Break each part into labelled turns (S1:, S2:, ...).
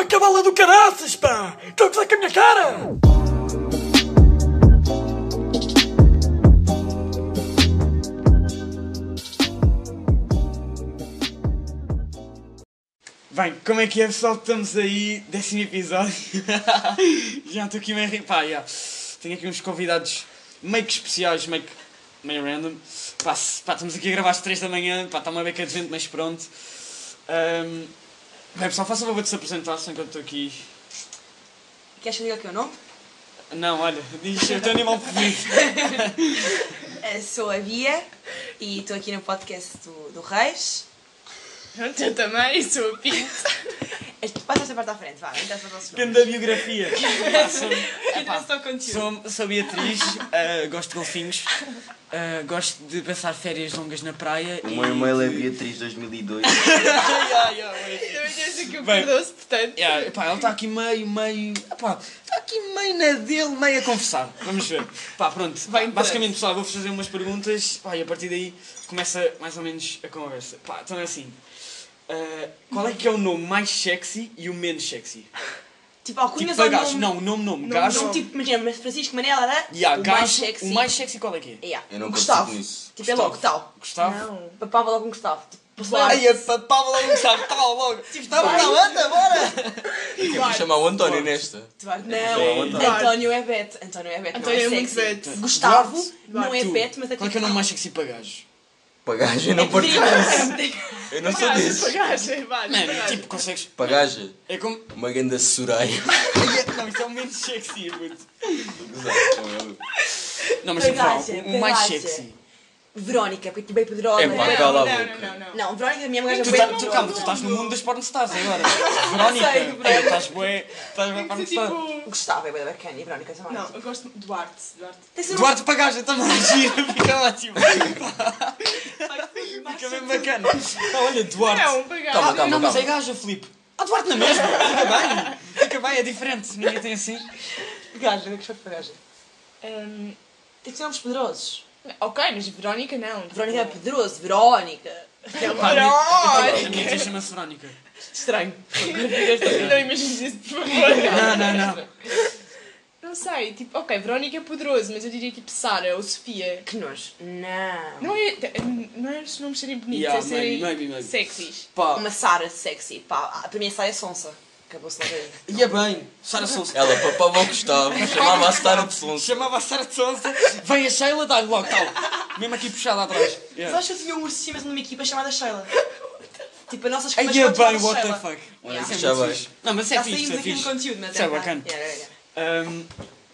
S1: é cabala do caraças, pá! Estão a gozar com a minha cara!
S2: Bem, como é que é pessoal? Estamos aí, décimo episódio. já estou aqui meio ri- pá, já. Tenho aqui uns convidados meio que especiais, meio que meio random. Pá, se- pá, estamos aqui a gravar às 3 da manhã, pá, está uma beca de vento, mas pronto. Ahm, bem pessoal, façam o favor de se apresentar só enquanto estou aqui.
S3: Queres que eu diga aqui o nome?
S2: Não, olha, diz eu estou animal pedido.
S3: Eh, Sou a Bia e estou aqui no podcast do, do Reis.
S4: Pronto, eu também sou a Pinto.
S3: Este- Passa esta é parte à frente, vá, não interessa os nossos nomes.
S2: Grande biografia. Pá, sou, epá,
S4: sou conteúdo.
S2: Sou, sou Beatriz, ah, gosto de golfinhos, ah, gosto de passar férias longas na praia.
S5: O
S2: e
S5: meu e-mail é
S2: de-
S5: Beatriz 2002.
S2: Ya, ya, ué.
S4: Também desde que eu
S2: Bem. é,
S4: perdoço, portanto.
S2: Ya, epá, ele está aqui meio, meio. Epá, está aqui meio na dele, meio a conversar. Vamos ver. Pá, pronto.
S4: Bem,
S2: Basicamente, pessoal, vou-vos fazer umas perguntas pá, e a partir daí começa mais ou menos a conversa. Pá, então é assim. ah, qual é que é o nome mais sexy e o menos sexy?
S3: Tipo, alcunhas
S2: Tipo para
S3: ou
S2: gajo?
S3: nome?
S2: Não, o nome, nome.
S3: Não,
S2: gajo.
S3: não, tipo, imagina, mas Francisco Manela era
S2: Ya,
S3: o
S2: gajo,
S3: mais sexy.
S2: O mais sexy qual é que é?
S3: Yeah.
S5: Eu não
S3: O
S5: consigo
S3: Gustavo.
S5: nisso.
S3: Tipo, é logo, tal.
S2: Gustavo?
S4: Não. é,
S3: Papava logo com Gustavo. Tipo, claro.
S2: Ai, a papava logo, Gustavo. Tal, logo.
S4: tipo,
S3: Tipo,
S2: Gustavo, não, anda, bora.
S6: Vou chamar é o António nesta.
S3: Duarte.
S5: Bom,
S3: Não,
S5: António.
S3: António é Beto. António é Beto, não
S4: António é muito
S3: sexy.
S4: Beto.
S3: Gustavo
S2: Duarte?
S3: não é
S2: Tu,
S3: Beto, mas é tipo...
S2: Qual é que é o nome mais sexy para gajo?
S3: É
S5: Pagagem não por
S6: Eu não sou
S4: Pagagens,
S6: desses.
S4: pagagens, vá.
S2: Mano, tipo, consegues.
S6: Pagaja,
S2: É como.
S6: uma ganda Soraya.
S2: Não, isso é o menos sexy, puto.
S6: Exato,
S2: Não, mas
S3: Pegaja,
S2: tipo, o mais
S3: pegaja.
S2: sexy.
S3: Verónica, porque tipo, é pedrosa.
S6: É
S3: não
S6: pá,
S3: é?
S6: cala a
S4: Não, não,
S6: boca.
S4: não, não.
S3: Não, Verónica, minha é mãe já
S2: Tu,
S3: foi
S2: tá-
S3: a
S2: tu-
S3: Verónica.
S2: calma, tu estás no mundo das porn stars agora. Verónica,
S3: Sei,
S2: é, estás bué, estás bué porn
S4: Tem que ser
S2: star.
S4: tipo.
S3: Gustavo é bem bacana e Verónica são mais.
S4: Não, eu gosto de Duarte. Duarte.
S3: Tem ser um-
S2: Duarte Pagaja, está mais gira, fica ótimo. Fica mesmo bacana. Ah, olha, Duarte.
S4: Não, pagagens.
S2: Ah,
S6: Calma, calma,
S2: não, mas é
S6: calma.
S2: gaja, Filipe. Ah, Duarte na mesma, fica bem. Fica bem, é diferente, ninguém tem assim.
S3: Gaja, que de gaja.
S4: Hum,
S3: Tem que ser nomes poderosos.
S4: ok, mas Verónica não.
S3: Verónica é poderoso, Verónica.
S2: é Verónica. Minha tia chama-se Verónica.
S3: Estranho.
S4: Não imagines isso, por favor.
S2: Não, não, não.
S4: Não sei, tipo, ok, Verónica é poderoso, mas eu diria tipo Sara ou Sofia.
S3: Que nós? Não.
S4: Não é. Não é os nomes serem bonitos,
S2: Yeah,
S4: é serem
S2: maybe, maybe, maybe.
S4: sexys.
S2: Pá,
S3: Uma Sara sexy. Pá, para mim a Sara é sonsa. Acabou-se logo aí.
S2: ia bem. Sara Sousa.
S6: Ela papava o Gustavo, chamava a Sara Pessoa.
S2: Chamava a Sara de Sousa, vem a Sheila, dá-lhe logo, tal. Mesmo aqui puxada atrás.
S3: Mas
S2: Yeah.
S3: acho que havia um ursinho, mas numa equipa chamada Sheila. Tipo, a nossa
S2: Aí
S3: escola
S2: é bem, what the fuck.
S3: Olha,
S2: Isso é
S6: já
S2: muito
S6: vai.
S2: fixe. Não, mas isso é
S3: Já
S2: fixe,
S3: saímos
S2: isso é
S3: aqui do
S2: fixe.
S3: conteúdo, mas
S2: Isso é
S3: tá.
S2: bacana.
S3: Yeah, yeah, yeah.
S2: Hum,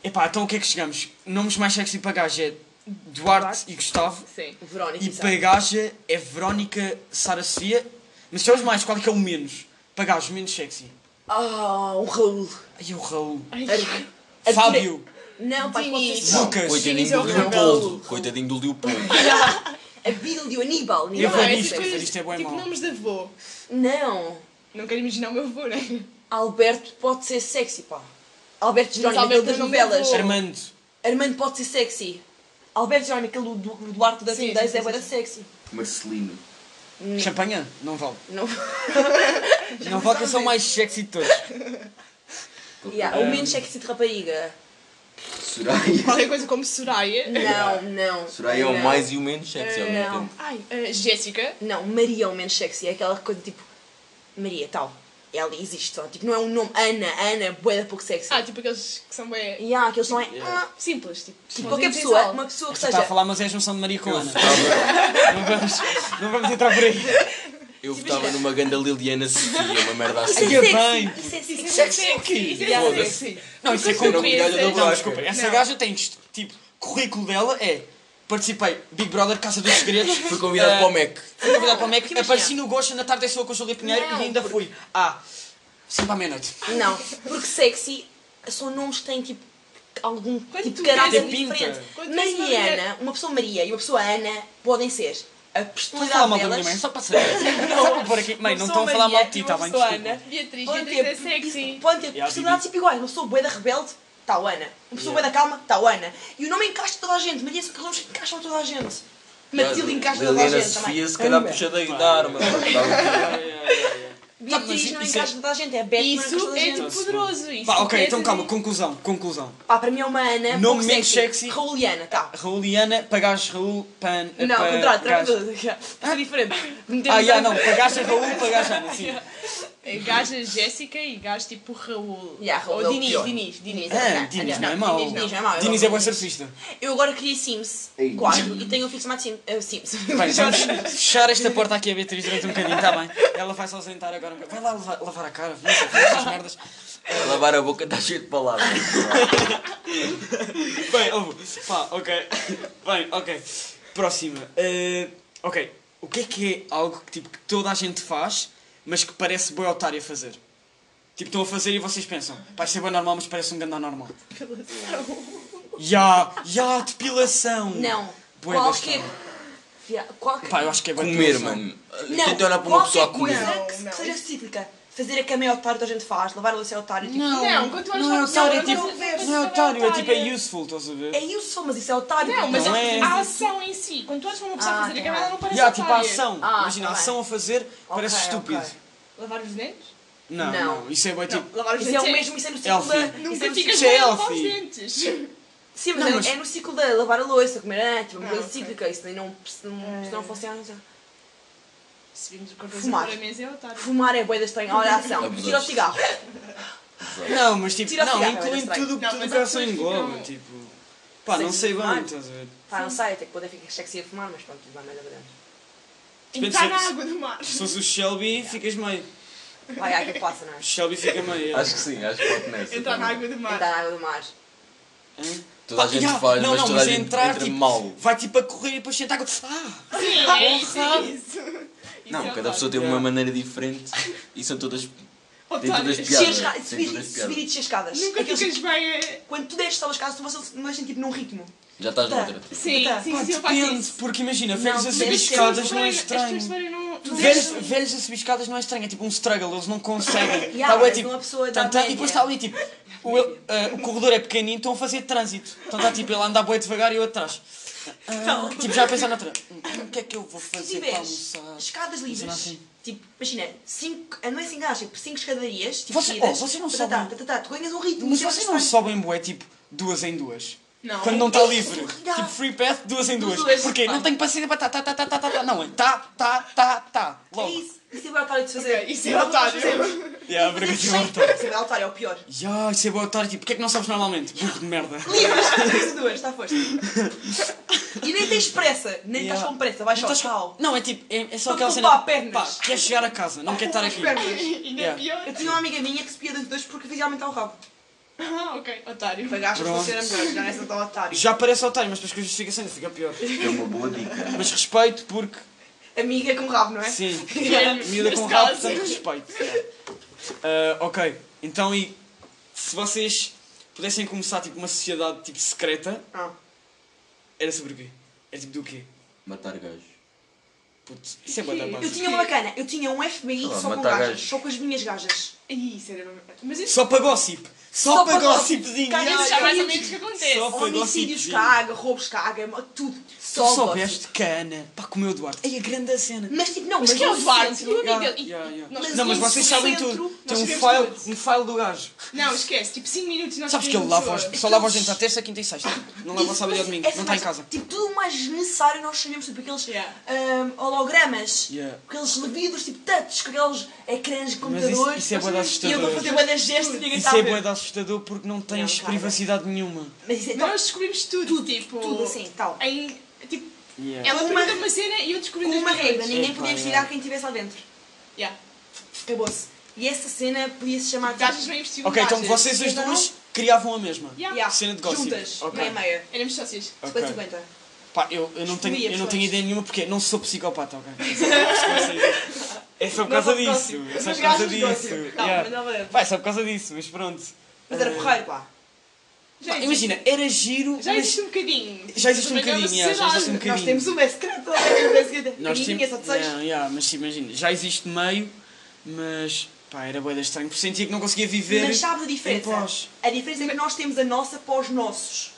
S2: epá, então o que é que chegamos? Nomes mais sexy para gajo é Duarte e Gustavo.
S4: Sim.
S3: Verónica
S2: E
S3: e
S2: para
S3: Sara.
S2: gaja é Verónica, Sara Sofia. Mas são os mais, qual é que é o menos? Para gajo, menos sexy.
S3: Ah, o Raul.
S2: Aí o Raul.
S4: Ai,
S3: A
S2: Fábio.
S3: Não, pá,
S4: Diniz.
S3: pode ser.
S6: Não,
S2: Lucas.
S6: Coitadinho do
S4: Sim, isso é
S3: horrível.
S6: Leopoldo. Coitadinho do Leopoldo.
S3: A Bílio, Aníbal.
S2: Eu
S3: Aníbal
S2: vou
S3: é
S2: nisto,
S3: sexy.
S2: isto é bué
S4: tipo
S2: mau.
S4: nomes de avô.
S3: Não.
S4: Não quero imaginar o meu avô, né?
S3: Alberto pode ser sexy, pá. Alberto Jerónimo,
S4: Alberto
S3: aquele das
S4: não
S3: novelas.
S4: levou.
S2: Armando.
S3: Armando pode ser sexy. Alberto Jerónimo, aquele do, do do arco da
S4: Sim,
S3: timidez,
S4: sim,
S3: é
S4: sim,
S3: boa sexy.
S5: Marcelino.
S2: Champanhe? Não vale.
S3: Não.
S2: Não vale que são mais sexy de todos.
S3: Yeah,
S5: É.
S3: O menos sexy de rapariga.
S5: Soraya.
S4: Qualquer coisa como Soraya.
S3: Não, não.
S5: Soraya é
S3: não.
S5: o mais e o menos
S6: é.
S5: sexy. ao mesmo
S3: Não.
S5: tempo.
S4: Ai, eh, Jéssica.
S3: Não, Maria é o menos sexy. É aquela coisa tipo. Maria, tal. Ela existe só. Tipo, não é um nome. Ana, Ana, boa pouco sexy.
S4: Ah, tipo aqueles que são bem.
S3: E há aqueles não é. ah,
S4: Simples, tipo.
S3: Tipo,
S4: fazem
S3: qualquer
S4: sentido.
S3: pessoa, uma pessoa que
S2: Esta está a
S3: seja.
S2: falar, mas é a junção de Maria com Ana. Não vamos, não vamos entrar por aí.
S6: Eu votava numa ganda Liliana Sofia, uma merda
S3: Isso é
S6: assim.
S2: Ia bem.
S3: sexy. Isso é sexy.
S4: Isso é sexy.
S3: Yeah,
S4: Foda-se.
S3: sexy.
S2: Não, isso é
S6: Eu é. não
S2: como...
S6: me galho da
S2: Não, desculpa.
S6: bloca.
S2: Essa
S4: Não.
S2: gaja tem isto. Tipo, currículo dela é... Participei Big Brother, Casa dos Segredos.
S6: Fui convidado
S2: eh,
S6: para o Mac.
S2: Fui convidado para o Mac. Apareci no Gosta na tarde da sua com o Júlia Pinheiro
S3: Não,
S2: e ainda fui. Ah, sempre à meia-noite.
S3: Não, porque sexy são nomes que têm tipo algum
S4: Quando
S3: tipo
S4: tu
S3: de caráter
S2: tens- Tem pinta.
S3: diferente.
S4: Quando tu és uma
S3: Mariana,
S4: mulher-
S3: uma pessoa Maria e uma pessoa Ana podem ser a
S2: Estão a falar
S3: personalidade
S2: mal da minha mãe,
S3: delas.
S2: só para saber. Só para pôr aqui. Mãe, não estão a falar mal de ti, está bem? Desculpa.
S4: Beatriz,
S3: Podem
S4: Beatriz
S3: ter,
S4: é sexy.
S3: podem ter
S2: Yeah,
S3: personalidades tipo iguais. Uma pessoa boeda rebelde, tal Ana. Uma pessoa
S2: Yeah.
S3: boeda calma, tal Ana. E o nome encaixa toda a gente. Maria são aqueles nomes que encaixam toda a gente. Matilde encaixa toda a tá
S6: Liliana
S3: gente também.
S6: um- Sofia, se calhar puxadei da arma.
S3: Beatriz
S6: mas
S3: não
S6: isso é-
S3: encaixa toda a gente, é Beto não encaixa
S4: Isso
S3: toda a
S4: é
S3: gente.
S4: tipo poderoso. Isso
S2: Pá, ok,
S4: quer
S2: então
S4: dizer-
S2: calma, conclusão, conclusão.
S3: Pá, para mim é uma Ana.
S2: Nome
S3: pouco
S2: menos sexy.
S3: Rauliana, tá.
S2: Rauliana, pagaste Raul, pan.
S4: Não,
S2: pa-
S4: contrário,
S2: gajo-
S4: trata tudo. Isso é diferente. Metemos
S2: Ah, já,
S4: a-
S2: não, pagaste Raul, pagaste Ana, sim.
S4: É Gaja Jéssica e gajo tipo Raul.
S3: Yeah, Raul é
S4: Ou
S3: o
S4: Diniz,
S3: pior.
S4: Diniz, Oh, Diniz.
S3: Ah,
S2: Ah,
S3: não,
S2: Diniz
S3: não,
S2: não é
S3: não,
S2: mau.
S3: Diniz não é mau, eu
S2: Diniz
S3: gosto
S2: é bom
S3: de
S2: surfista.
S3: Eu agora queria Sims
S5: Ei.
S3: 4 e tenho o fixo Sims. eh, Sims.
S2: Bem, vamos fechar esta porta aqui a Beatriz durante um bocadinho, está bem? Ela vai se ausentar agora um bocadinho. Vai lá lavar, lavar a cara, não sei, faz essas merdas.
S5: A lavar a boca
S6: tá
S5: está cheio de palavras.
S2: Bem, ouve, pá, ok. Bem, ok. Próxima. Eh, ok, o que é que é algo que, tipo, que toda a gente faz, mas que parece boa otário a fazer? Tipo, estão a fazer e vocês pensam, pá, isto é bem normal, mas parece um ganda normal. Depilação. Ya, ya, depilação.
S3: Não.
S2: Bué da
S3: Qualquer.
S2: estranho.
S3: Via- Qualquer.
S2: Pá, eu acho que é bué
S5: Comer,
S2: depilação.
S5: mano.
S3: Não,
S5: Tenta olhar para uma pessoa a
S3: qualquer
S5: comer.
S3: coisa que
S4: Não, não.
S3: seja cíclica. Fazer a cama é otário, toda a gente faz. Lavar o é otário. Tipo,
S2: Não,
S4: Não, quando tu olhas
S2: não é
S4: para-
S2: otário,
S4: não,
S2: é tipo,
S4: não vês,
S2: não é
S4: não é
S2: otário, é tipo, é
S4: otário.
S2: useful, estás a ver?
S3: É isso, mas isso é Ah, otário.
S4: Não, mas
S2: Não
S4: a-
S2: é.
S4: a ação em si. Quando tu olhas para uma pessoa
S3: Ah,
S4: a fazer a
S3: tem
S4: cama, ela não
S3: razão.
S4: parece
S2: Ya, tipo, a
S4: otária.
S2: ação.
S3: Ah,
S2: Imagina, a
S3: tá bem.
S2: ação a fazer parece
S3: Ok,
S2: estúpido.
S3: ok.
S4: Lavar os dentes?
S2: Não,
S3: Não.
S2: não, isso é bem tipo...
S4: Lavar os
S3: Isso é
S4: dentes.
S3: o mesmo, isso é no ciclo
S2: Elfie.
S3: da.
S2: Nunca
S3: isso é
S4: Nunca
S3: no
S4: ficas
S2: selfie.
S4: bem a lavar os dentes.
S3: Sim, mas,
S2: Não,
S3: é, no-
S2: mas-
S3: é no ciclo de lavar a louça, comer, ah, tipo, uma
S4: Ah,
S3: coisa
S4: ok. É.
S3: cíclica, isso daí não, se não, se não funciona. já.
S4: Se vimos o corpo
S3: Fumar.
S4: para a mesa, é otário.
S3: Fumar é boeda estranha, olha a ação,
S5: Abusar.
S3: tira o cigarro.
S2: Não, mas tipo,
S3: Tira o
S2: não,
S3: cigarro, era
S2: incluindo
S3: estranho.
S2: tudo o que
S4: é Não,
S2: tudo o
S4: mas
S2: que
S4: há
S2: ela só
S4: pessoas que
S2: engloba,
S4: não-
S2: tipo... Pá, não
S3: Sem
S2: sei
S3: fumar.
S2: bem, estás a ver?
S3: Pá, não sei, até que poder ficar sexy a fumar, mas pronto, tudo bem, nada dentro.
S2: Depende
S4: Entrar
S2: se-
S4: na água do mar.
S2: Se fosse o Shelby, ficas meio.
S3: Vai, ai, que passa, não é?
S2: O Shelby fica meio. é.
S5: Acho que sim, acho que pode nessa.
S4: Entrar na
S5: também.
S4: água do
S3: Entrar
S4: mar.
S3: na água do mar.
S2: Hã?
S5: Toda a
S2: Pá,
S5: gente
S2: já,
S5: faz,
S2: não,
S5: mas
S2: não,
S5: toda a
S2: mas é
S5: gente
S2: entrar,
S5: entra
S2: tipo,
S5: mal.
S2: Vai tipo a correr e depois sentar com. Ah!
S4: Sim, é isso, é isso. Isso
S5: Não,
S4: é
S5: cada
S4: otário.
S5: pessoa tem
S2: Yeah.
S5: uma maneira diferente e são todas. Tem todas
S4: Otárias.
S3: Descer
S5: piadas.
S3: esca-
S5: Tem
S3: Subir
S5: todas
S3: subir e
S5: piadas.
S3: descer escadas.
S4: Nunca
S3: Aqueles-
S4: ficas bem eh, a...
S3: Quando tu desces pelas casas, tu vais- tu vais sentir num ritmo.
S5: Já estás
S3: Tá.
S5: noutra.
S4: Sim,
S3: Tá.
S4: sim,
S2: Pá,
S4: sim, eu faço
S2: depende,
S4: isso.
S2: porque imagina, velhos a
S3: deve
S2: subir
S3: ser
S2: escadas não é
S4: As pessoas
S2: estranho.
S4: forem não... não
S2: Velhos,
S4: deixam.
S2: velhos a subir escadas não é estranho, é tipo um struggle, eles não conseguem.
S3: Yeah,
S2: tá, é,
S3: mas
S2: tipo,
S3: uma pessoa
S2: tá,
S3: da
S2: tá, e
S3: média.
S2: depois está ali tipo. O, ele- ah, o corredor é pequenino, estão a fazer trânsito. Então está tipo ele a andar bem devagar e eu atrás. Ah, tipo, já a pensar na outra. "Hum, O que é que eu vou
S3: Se
S2: fazer para
S3: tiveres
S2: almoçar?
S3: escadas
S2: Funciona
S3: livres,
S2: assim.
S3: tipo, imagina, cinco, ah, não é 5 escadas, tipo 5 escadarias, tipo,
S2: Vocês-
S3: seguidas.
S2: oh, vocês não
S3: Tá, tá,
S2: sabem.
S3: tá, tá, tá, Tu ganhas um ritmo.
S2: Mas
S3: isso é
S2: vocês não
S3: bastante.
S2: sobem bué, tipo, duas em duas?
S4: Não.
S2: Quando não está livre.
S3: já.
S2: Tipo, free path, duas em duas.
S4: duas,
S2: Porquê?
S4: pá.
S2: Não tenho paciência para tá, tá, tá, tá, tá, tá, tá. Não, é tá, tá, tá, tá.
S3: É
S2: Logo.
S3: isso. Isso é bem otário de se fazer.
S4: Ok, isso é
S3: Nós
S4: otário.
S3: fazemos.
S2: Yeah, para mim isso é
S3: Isso
S2: otário.
S3: é bem otário, é o pior.
S2: Ya, isso é boa otário. Tipo, porquê é que não sabes normalmente? Burro de merda.
S3: Livres, tens duas, está forte. E nem tens pressa, nem
S2: Yeah.
S3: estás com pressa, vais
S2: Não
S3: só
S2: estás com-
S3: tchau.
S2: Não, é tipo, é, é só
S3: Para
S2: aquela cena.
S3: culpar pernas.
S2: Pá, quer chegar a casa, não quer estar aqui.
S4: Ainda é
S2: Yeah.
S4: pior.
S3: Eu tinha uma amiga minha que se pia dos dois porque visualmente ao rabo.
S4: Ah, ok, otário.
S3: Para gajos
S2: Pronto.
S3: funciona melhor, já não é só tão otário.
S2: Já parece otário, mas depois com a justificação ainda fica pior.
S5: É uma boa dica.
S2: Mas respeito porque.
S3: Amiga com rabo, não é? assim.
S2: Sim.
S4: Yeah.
S2: Miúda com
S4: Neste
S2: rabo,
S4: caso.
S2: portanto respeito. Ah, ok, então e se vocês pudessem começar tipo uma sociedade tipo secreta,
S3: Ah.
S2: era sobre o quê? Era tipo do quê?
S5: Matar gajos.
S2: Putz, isso é boa da
S3: Eu
S2: base.
S3: tinha uma bacana, eu tinha um FBI
S5: Ah,
S3: só com
S5: matar
S3: gajas,
S5: gajos.
S3: só com as minhas gajas.
S4: Ih, isso era uma- Mas isso
S2: Só para gossip! Só,
S3: Só
S2: para
S3: para
S2: gossipzinho!
S3: Cara,
S2: Ai,
S3: isso
S4: já
S2: ai.
S4: mais ou menos o que acontece.
S2: Só- Foi
S3: Homicídios
S2: gossipzinho.
S3: caga, roubos caga, tudo.
S2: Tu
S3: Só
S2: soubeste,
S3: gossip.
S2: cana! Pá, comeu o Duarte! Ei, a grande cena!
S3: Mas tipo, não,
S4: Mas que é o
S3: no
S4: Duarte?
S3: centro-
S4: Eu digo-
S2: Yeah,
S4: e-
S2: yeah, yeah.
S4: nós-
S2: Não, mas
S3: no
S2: vocês sabem
S3: centro,
S2: tudo.
S4: nós
S2: Tem um
S4: sabemos
S2: file,
S4: tudo.
S2: um file do gajo.
S4: Não, esquece. Tipo 5 minutos e nós
S2: Sabes que ele
S4: temos
S2: lava
S4: um
S2: os,
S4: show.
S2: só lava os dentes à terça, quinta e sexta. Não lava
S3: Isso,
S2: sábado e
S3: mas
S2: ao domingo.
S3: essa
S2: Não está em
S3: mais-
S2: casa.
S3: Tipo, tudo o mais necessário nós sabemos, tipo aqueles
S4: Yeah.
S3: ahm, hologramas,
S2: Yeah.
S3: aqueles levidos, tipo touch, com aqueles ecrãs de
S2: Mas isso,
S3: computadores.
S2: isso é bué de
S3: e eu vou
S2: assustador.
S3: fazer bué de gestos e ninguém
S2: Isso é
S3: sabe.
S2: bué de assustador porque não tens
S3: Não, tá.
S2: privacidade nenhuma.
S3: Mas isso é
S4: Mas
S3: top.
S4: nós descobrimos tudo. tipo,
S3: tudo assim, tal.
S4: Em, tipo,
S2: Yeah.
S4: ela
S3: Uma-
S4: pergunta uma cena e eu descobri
S3: Com
S4: dois
S3: uma regra,
S4: minutos.
S3: ninguém
S2: Epá,
S3: podia
S2: yeah.
S3: investigar quem estivesse lá dentro.
S4: Yeah.
S3: Acabou-se. E essa cena podia-se chamar tipo,
S4: Gajas não investigam
S2: Ok, então
S4: gajas.
S2: vocês as
S3: Então-
S2: duas criavam a mesma.
S4: Yeah.
S3: Yeah.
S2: Cena de gossip.
S3: Juntas,
S2: Ok.
S3: meia e meia.
S4: Éramos sócios.
S2: Ok.
S3: 50-50.
S2: Pá, eu, eu, não, tenho, eu
S3: Excluía
S2: não
S3: pessoas.
S2: tenho ideia nenhuma porque não sou psicopata, ok? É só por causa
S3: Não, mas
S2: disso. É
S3: gossip.
S2: só
S3: Mas
S2: por causa
S3: gajas
S2: disso.
S3: gossip. Não, mas não
S2: Yeah. Um
S3: valeu.
S2: Pá, é só por causa disso, mas pronto.
S3: Mas era porreiro, pá.
S2: Pá, imagina, era giro,
S4: Já
S2: mas
S4: existe um bocadinho.
S2: Já existe um
S4: Mas é uma
S2: bocadinho, yeah, já existe um
S4: sociedade.
S2: bocadinho.
S3: Nós temos uma secreta, uma secreta.
S2: Nós
S3: Ninguém é só de seis.
S2: Não, yeah, mas imagina, já existe meio, mas pá, era boeda estranho, porque sentia que não conseguia viver.
S3: Mas sabes a diferença?
S2: em pós.
S3: A diferença é que nós temos a nossa para os nossos.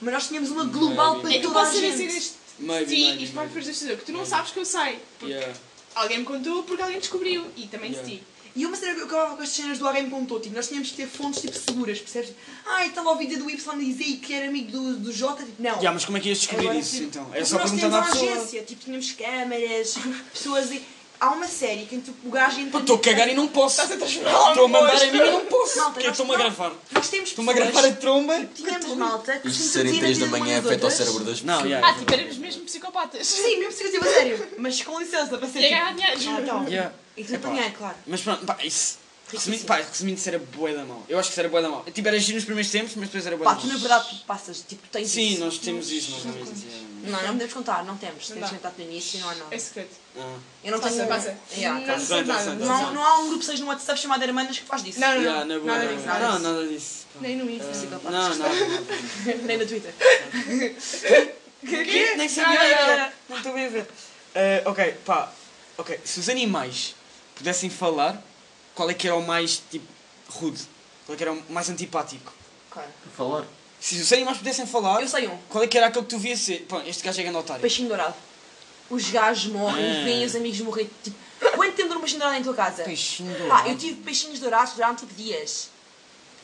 S3: Mas nós tínhamos uma global
S2: Maybe.
S3: para
S4: É que eu
S3: toda a
S4: posso saber
S2: assim,
S4: cenas
S3: gente.
S2: Maybe,
S4: de ti
S2: maybe,
S4: e para
S2: maybe.
S4: depois das pessoas que tu não sabes que eu sei. Porque
S2: Yeah.
S4: alguém me contou porque alguém descobriu e também de
S2: Yeah.
S4: ti.
S3: E uma cena que eu acabava com as cenas do alguém me contou, tipo, nós tínhamos que ter fontes tipo, seguras, percebes? Ah, estava a ouvida do Y dizer que era amigo do, do J, tipo, não.
S2: Yeah, mas como é que ias descobrir
S3: Agora,
S2: isso
S3: tipo,
S2: então? Era
S3: porque
S2: só
S3: nós
S2: perguntando à
S3: tínhamos uma
S2: pessoa.
S3: agência, tipo, tínhamos câmaras, pessoas e... Há uma série que tipo, o gajo entra...
S2: Pô, Estou a cagar e não posso. Estou a mandar em mim e não posso.
S3: Malta,
S2: Porque
S3: nós-
S2: estou-me a
S3: não,
S2: gravar.
S3: Nós temos
S2: Estou-me a
S3: pessoas-
S2: gravar a tromba.
S3: Tínhamos malta que
S6: Isto
S3: se
S6: serem
S3: introduzia
S6: 3 da
S3: na vida
S6: manhã
S3: umas das
S6: afeta o
S3: outras.
S6: cérebro das
S2: Não,
S6: pessoas.
S2: yeah.
S4: Ah, tipo, éramos mesmo psicopatas.
S3: Sim, mesmo psicólogo, a sério. Mas com licença, para ser
S4: E a
S3: tipo...
S4: ganhar dinheiro.
S3: Ah, então.
S2: Yeah.
S3: E tudo
S2: Epá.
S3: apanhar, claro.
S2: Mas pronto, pá, isso. Resumindo,
S3: Riquíssimo.
S2: pá, resumindo, isso era bué da mal. Eu acho que isso era bué da mal. Tipo, era giro nos primeiros tempos, mas depois era bué da
S3: Pá, tu
S2: mal.
S3: na verdade passas, tipo, tens
S2: Sim,
S3: isso.
S2: nós temos isso, mas não é isso.
S3: Não, não podemos contar, não temos.
S4: Não
S3: Temos
S4: dá.
S3: contado no início e não há nada.
S4: É segredo.
S2: Ah.
S3: Eu não
S4: Passa,
S3: tenho...
S4: passa.
S3: Yeah,
S4: Não
S3: claro.
S4: sei
S2: Tá, tá,
S4: nada.
S2: tá,
S3: não,
S4: Não,
S3: não há um grupo 6 no WhatsApp chamado Hermanas que faz disso. Ah,
S4: não,
S2: Yeah, na
S4: não.
S2: boa,
S4: Nada
S2: na
S4: disso,
S2: boa.
S4: nada
S2: Não,
S4: disso.
S2: nada disso. pá.
S4: Nem no Insta.
S2: Não, não, não.
S3: Nem no Twitter.
S2: Quê? Nem
S3: Ah,
S2: sabia.
S4: Não, não,
S3: é,
S2: era.
S4: não, não.
S2: Não estou bem a ver. Eh, ok, pá. Ok, se os animais pudessem falar, qual é que era o mais, tipo, rude? Qual é que era o mais antipático?
S3: Claro.
S6: Falar.
S2: Se os animais pudessem falar,
S3: Eu sei um.
S2: qual é que era aquele que tu vias ser? Pô, este gajo é grande otário.
S3: Peixinho dourado. Os gajos morrem,
S2: Ah.
S3: vêm os amigos morrer. Tipo, quanto tempo dura um peixinho dourado em tua casa?
S2: Peixinho
S3: Pá,
S2: dourado.
S3: eu tive peixinhos dourados durante tipo dias.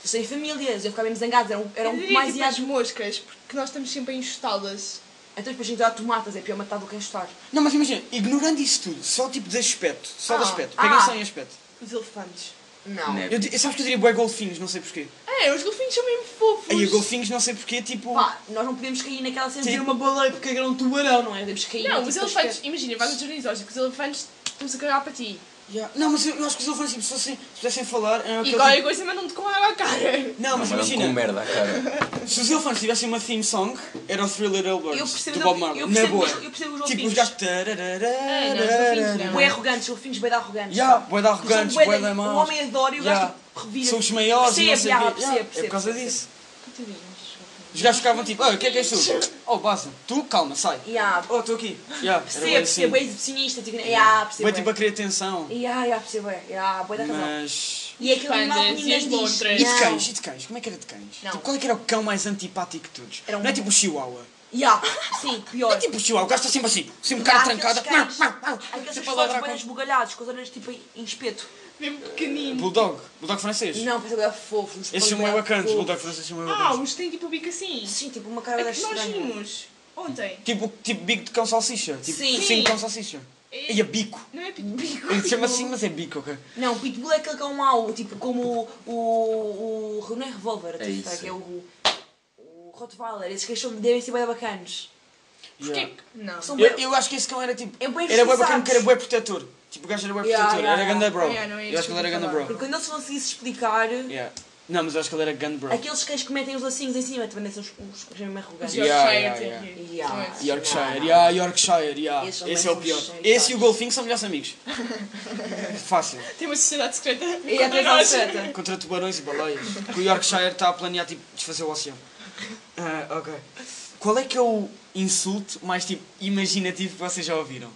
S3: Eu sei famílias, eu ficava mesmo zangado, eram,
S4: Eu
S3: eram
S4: diria
S3: mais
S4: tipo
S3: iados.
S4: as moscas, porque nós estamos sempre a enxutá-las.
S3: Então os peixinhos dourados tu matas, é pior matar do que assustar.
S2: Não, mas imagina, ignorando isso tudo, só tipo de aspecto, só de
S3: Ah.
S2: aspecto, pega só
S3: Ah.
S2: em aspecto.
S4: Os elefantes.
S3: Não.
S6: Né?
S2: Eu, di- sabes que eu diria bué golfinhos, não sei porquê.
S4: É, os golfinhos são mesmo fofos.
S2: Aí, golfinhos, não sei porquê, tipo.
S3: Pá, nós não podemos cair naquela cena de
S2: Sim.
S3: ter uma baleia porque era um tubarão, não é? Temos que cair
S4: Não,
S3: no
S4: os
S3: tipo de
S4: elefantes,
S3: aspecto.
S4: imagina, vais ao jardim zoológico, os elefantes estão-se a cagar para ti.
S2: Yeah. Não, mas eu, eu acho que os elefantes, tipo, se, fossem, se pudessem falar. eram
S4: E
S2: aquele
S4: qualquer
S2: tipo-
S4: coisa mandam-te com água à cara.
S2: Não,
S6: Mas não
S2: mas
S6: com
S2: imagina,
S6: merda, cara.
S2: se os elefantes tivessem uma theme song, era o Three Little
S3: Eu
S2: Birds,
S3: percebo,
S2: do Bob
S3: eu-
S2: Marley,
S3: eu
S2: na
S3: percebo
S2: boa.
S3: os- eu percebo os
S2: tipo, os
S3: golfinhos.
S2: gajos.
S3: É,
S4: não, os golfinhos não.
S3: Bué arrogantes, golfinhos bem arrogantes.
S2: Ya,
S3: pá.
S2: bué de arrogantes,
S3: São bué
S2: bué
S3: de-
S2: da
S3: O
S2: maus.
S3: homem adora e o
S2: Ya.
S3: gajo tipo, revira.
S2: São os maiores, e não
S3: Percebo,
S2: sei
S3: ya,
S2: o quê.
S3: percebo,
S2: Yeah, É
S3: percebo,
S2: por causa
S3: percebo,
S2: disso.
S4: Coitadinhos, os golfinhos.
S2: Os gajos ficavam tipo, oh, o que é que és tu? Oh, Baza, tu, calma, sai.
S3: Ya.
S2: Oh, estou aqui. Yeah, era bué
S3: Percebo, percebo, é
S2: assim.
S3: exibicionista, tipo, ya, percebo.
S2: Bué tipo a querer atenção.
S3: Ya, ya, percebo, é. Ya, bué da razão.
S2: Mas.
S3: E é aquele animal que
S4: Pandas e
S3: ninguém
S4: as
S3: diz.
S4: lontras.
S2: E de
S3: Não.
S2: cães? E de cães? Como é que era de cães?
S3: Não.
S2: Tipo, qual é que era o cão mais antipático de todos?
S3: Era um-
S2: Não é tipo o chihuahua.
S3: Ya, sim, pior.
S2: É tipo o chihuahua, o gajo está sempre assim, sempre
S3: Há
S2: cara
S3: aqueles
S2: trancada.
S3: cães-
S2: Mau, mau, mau.
S3: há Aqueles
S2: Sempre
S3: que
S2: a
S3: falam
S2: ladrar
S3: bem
S2: com-
S3: esbugalhados, com as orelhas tipo em em espeto.
S4: Mesmo pequenino.
S2: Bulldog, bulldog francês.
S3: Não, mas agora é fofo. uns
S2: Esses são
S3: pais
S2: meio bacanas,
S3: fofos.
S2: bulldog francês é são meio
S4: Ah,
S2: bacanas.
S4: os têm tipo o bico assim.
S3: Sim, tipo uma
S4: É
S3: cara
S4: que
S3: desta
S4: nós
S3: estranha.
S4: vimos ontem.
S2: Tipo, tipo bico de cão salsicha. Tipo,
S3: Sim.
S2: sim de cão salsicha.
S4: É-
S2: E a bico.
S4: Não é bico.
S2: Ele se chama assim, mas é bico, ok?
S3: Não, Pitbull é aquele cão mau, tipo como o. o, o não é revólver, tipo,
S6: isso.
S3: tá, que é o. o Rottweiler, esses cães são- devem ser bem bacanos.
S2: Yeah.
S4: Porquê que. Não.
S3: São
S2: Eu,
S3: bué-
S2: eu acho que esse cão era tipo.
S3: É bué
S2: Era bué bacana
S3: injustiçados.
S2: porque era bué protetor. Tipo, o gajo era bué
S3: Yeah,
S2: protetor.
S3: yeah,
S2: Era
S3: yeah.
S2: ganda bro.
S4: Yeah, não é
S2: Eu
S4: isso
S2: acho que
S4: que
S2: ele era
S4: eu
S2: ganda
S4: tava a
S2: bro.
S3: Porque quando eles conseguissem explicar,
S2: Yeah. Não, mas eu acho que ele era ganda bro.
S3: aqueles cães que metem os lacinhos em cima também são os os cães mesmo arrogantes.
S4: Os
S2: Yeah.
S4: Yorkshire
S2: yeah,
S4: têm-
S3: yeah.
S4: são esses.
S2: Yorkshire,
S3: Não,
S2: yeah, Yorkshire, yeah. Esse
S3: Esses também
S2: é o
S3: são
S2: pior.
S3: cheios,
S2: Esse e
S3: sabes?
S2: o golfinho são melhores amigos. Fácil.
S4: Tem uma sociedade secreta.
S3: E é a
S4: contra
S3: atenção
S4: nós.
S3: certa.
S2: Contra tubarões e baleias. Que o Yorkshire está a planear tipo desfazer o oceano. Ah, ok. Qual é que é o insulto mais tipo imaginativo que vocês já ouviram?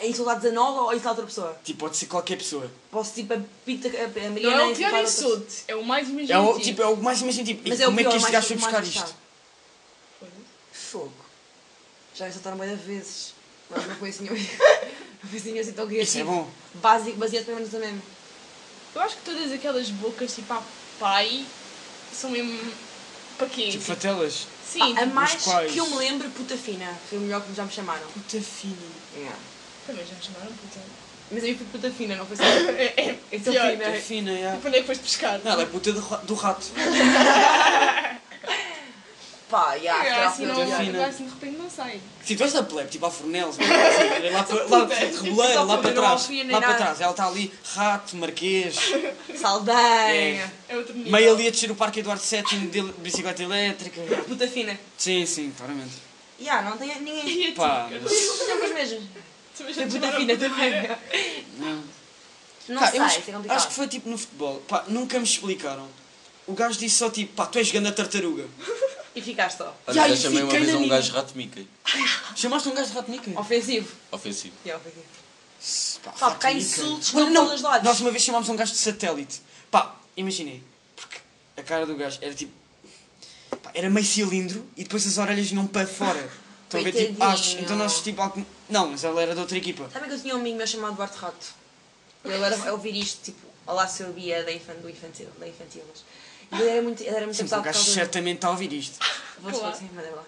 S3: Em soldados a nova ou É, insultar outra pessoa?
S2: Tipo, pode ser qualquer pessoa.
S3: Posso tipo a Pita, a, a
S4: Não
S3: Mariana
S4: é o
S3: insultar
S4: pior
S3: outra-
S4: insulto, é o mais
S2: É
S4: imaginativo.
S2: o, tipo, é o mais imaginativo. E
S3: Mas é o
S2: como é
S3: pior,
S2: que este
S3: mais-
S2: gajo foi
S3: mais
S2: buscar
S3: insultado.
S2: isto?
S3: Fogo. Já insultaram muitas vezes. Mas não foi assim nenhum. Não foi assim nenhum assim tão
S2: Isso é
S3: criativo.
S2: bom.
S3: Básico, baseado pelo menos no mesmo.
S4: Eu acho que todas aquelas bocas tipo a pai são mesmo. Para quê?
S2: Tipo, fatelas.
S4: Sim,
S3: Ah,
S4: tipo,
S3: A mais
S2: quais?
S3: que eu me lembro, puta fina. Foi o melhor que já me chamaram.
S2: Puta filha.
S4: também já me chamaram puta.
S3: Mas eu fui puta fina, não foi assim. só. Eu
S4: É, é,
S3: sou
S4: pior.
S3: Então, fina.
S2: Puta fina, yeah.
S4: Tipo, onde é que foste pescar?
S2: Não, ela é puta do, ra- do rato.
S3: Pá, já,
S4: Eu
S3: yeah,
S4: assim, não,
S2: puta fina.
S4: eu assim de repente não sei.
S2: Se tu és da plebe, tipo a Fornelos, mano, assim, lá, para- lá, reboleiro, lá para
S3: Não
S2: trás,
S3: confia nem
S2: lá para
S3: nada.
S2: trás, ela está ali, rato, marquês,
S3: Saldanha.
S4: É outro nível.
S2: meio ali a descer o Parque Eduardo VII de bicicleta elétrica.
S3: Puta fina.
S2: Sim, sim, claramente.
S3: Já, não tem ninguém.
S4: E
S2: Pá,
S4: a tua, cara?
S2: mas-
S3: Sempre as mesmas.
S4: tipo, Também já
S3: Foi
S4: te
S3: puta
S4: chamaram
S3: Tipo, fina
S4: puta
S3: também.
S2: não.
S3: Não
S2: Pá,
S3: sei,
S2: eu acho,
S3: isso é
S2: acho que
S3: complicado.
S2: foi tipo no futebol, pá, nunca me explicaram. O gajo disse só tipo, pá, tu és grande tartaruga.
S3: E ficaste só.
S2: E
S6: Olha,
S2: aí,
S6: já chamei uma
S2: fiquei
S6: vez
S2: na
S6: a um
S2: minha.
S6: gajo rato Mickey.
S2: Chamaste um gajo de rato Mickey?
S3: Ofensivo.
S6: Ofensivo.
S3: Já, ofensivo.
S2: Pá,
S3: Pá, porque há
S2: Mickey.
S3: insultos
S2: Não,
S3: para
S2: não,
S3: todos os lados.
S2: Nós uma vez chamámos um gajo de satélite. Pá, imaginei. Porque a cara do gajo era tipo. pá, era meio cilindro e depois as orelhas vinham para fora. Estão a ver tipo
S3: Coitadinho.
S2: achos. Então nós tipo. algum- Não, mas ela era de outra equipa.
S3: Sabem que eu tinha um amigo meu chamado Duarte Rato? E ele era a ouvir isto, tipo, Olá, sou a Bia da infan, do infantil, da infantil. Mas... E ele era muito, ele era muito
S2: Sim, um o
S3: abusado por
S2: gajo
S3: causa do...
S2: certamente está a ouvir isto.
S3: Vou
S4: Claro.
S3: sim, manda lá.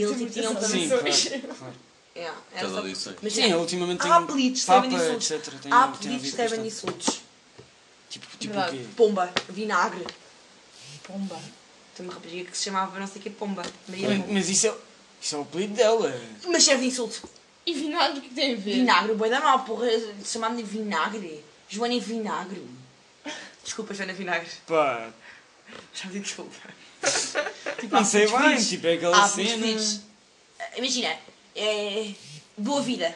S3: E
S4: tem
S3: ele tipo,
S4: muitas
S3: tinha um
S2: Sim,
S3: problema.
S2: claro,
S4: Sim.
S2: claro.
S3: Yeah, era
S7: Estás a
S3: só-
S7: dizer.
S3: Mas é-
S2: Sim, eu ultimamente tenho
S3: há apelidos que
S2: Papa,
S3: servem de insultos.
S2: etc. Tenho,
S3: há
S2: tenho
S3: apelidos que
S2: ouvido
S3: servem de
S2: bastante.
S3: insultos.
S2: Tipo, tipo o
S4: Verdade.
S2: quê?
S3: Pomba, vinagre. tipo,
S4: Pomba.
S3: Tem uma rapariga que se chamava não sei o que Pomba. Maria
S2: Mas-
S3: Pomba.
S2: Mas isso é, isso é o apelido dela.
S3: Mas serve de insulto.
S4: E vinagre, o que é que tem a ver?
S3: Vinagre, boi da mal, porra. Chamar-me de vinagre. Joana Vinagre. Desculpa, Joana Vinagre.
S2: Pá,
S3: Já me um desculpa.
S2: não sei
S3: apelidos
S2: bem,
S3: fixes.
S2: tipo, é aquela
S3: Há
S2: cena.
S3: pedidos. Imagina, é. Boa vida.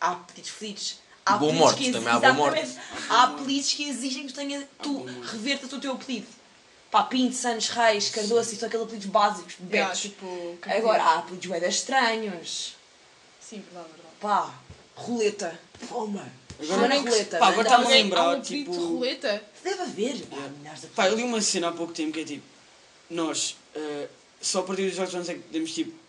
S3: Há pedidos felizes. Há
S5: Boa
S3: apelidos
S5: morte,
S3: que
S5: também há boa morte.
S3: exatamente. Há apelidos que exigem que tenha, tu revertas o teu apelido. Pá, Pinto, Santos, Reis, Cardoso, e são aqueles apelidos básicos,
S4: Yeah,
S3: betos.
S4: tipo,
S3: Agora, há apelidos moedas estranhos.
S4: Sim, verdade, verdade.
S3: Pá, roleta. Poma.
S2: Agora,
S3: Joana Roleta.
S2: pá, agora
S3: manda-
S2: está-me a
S4: Mas é-
S2: lembrar,
S4: há um apelido
S2: tipo-
S4: de roleta?
S3: Deve haver. pá, milhares de
S2: Pá, eu li uma cena há pouco tempo que é tipo, nós eh, só a partir dos 18 anos é que podemos tipo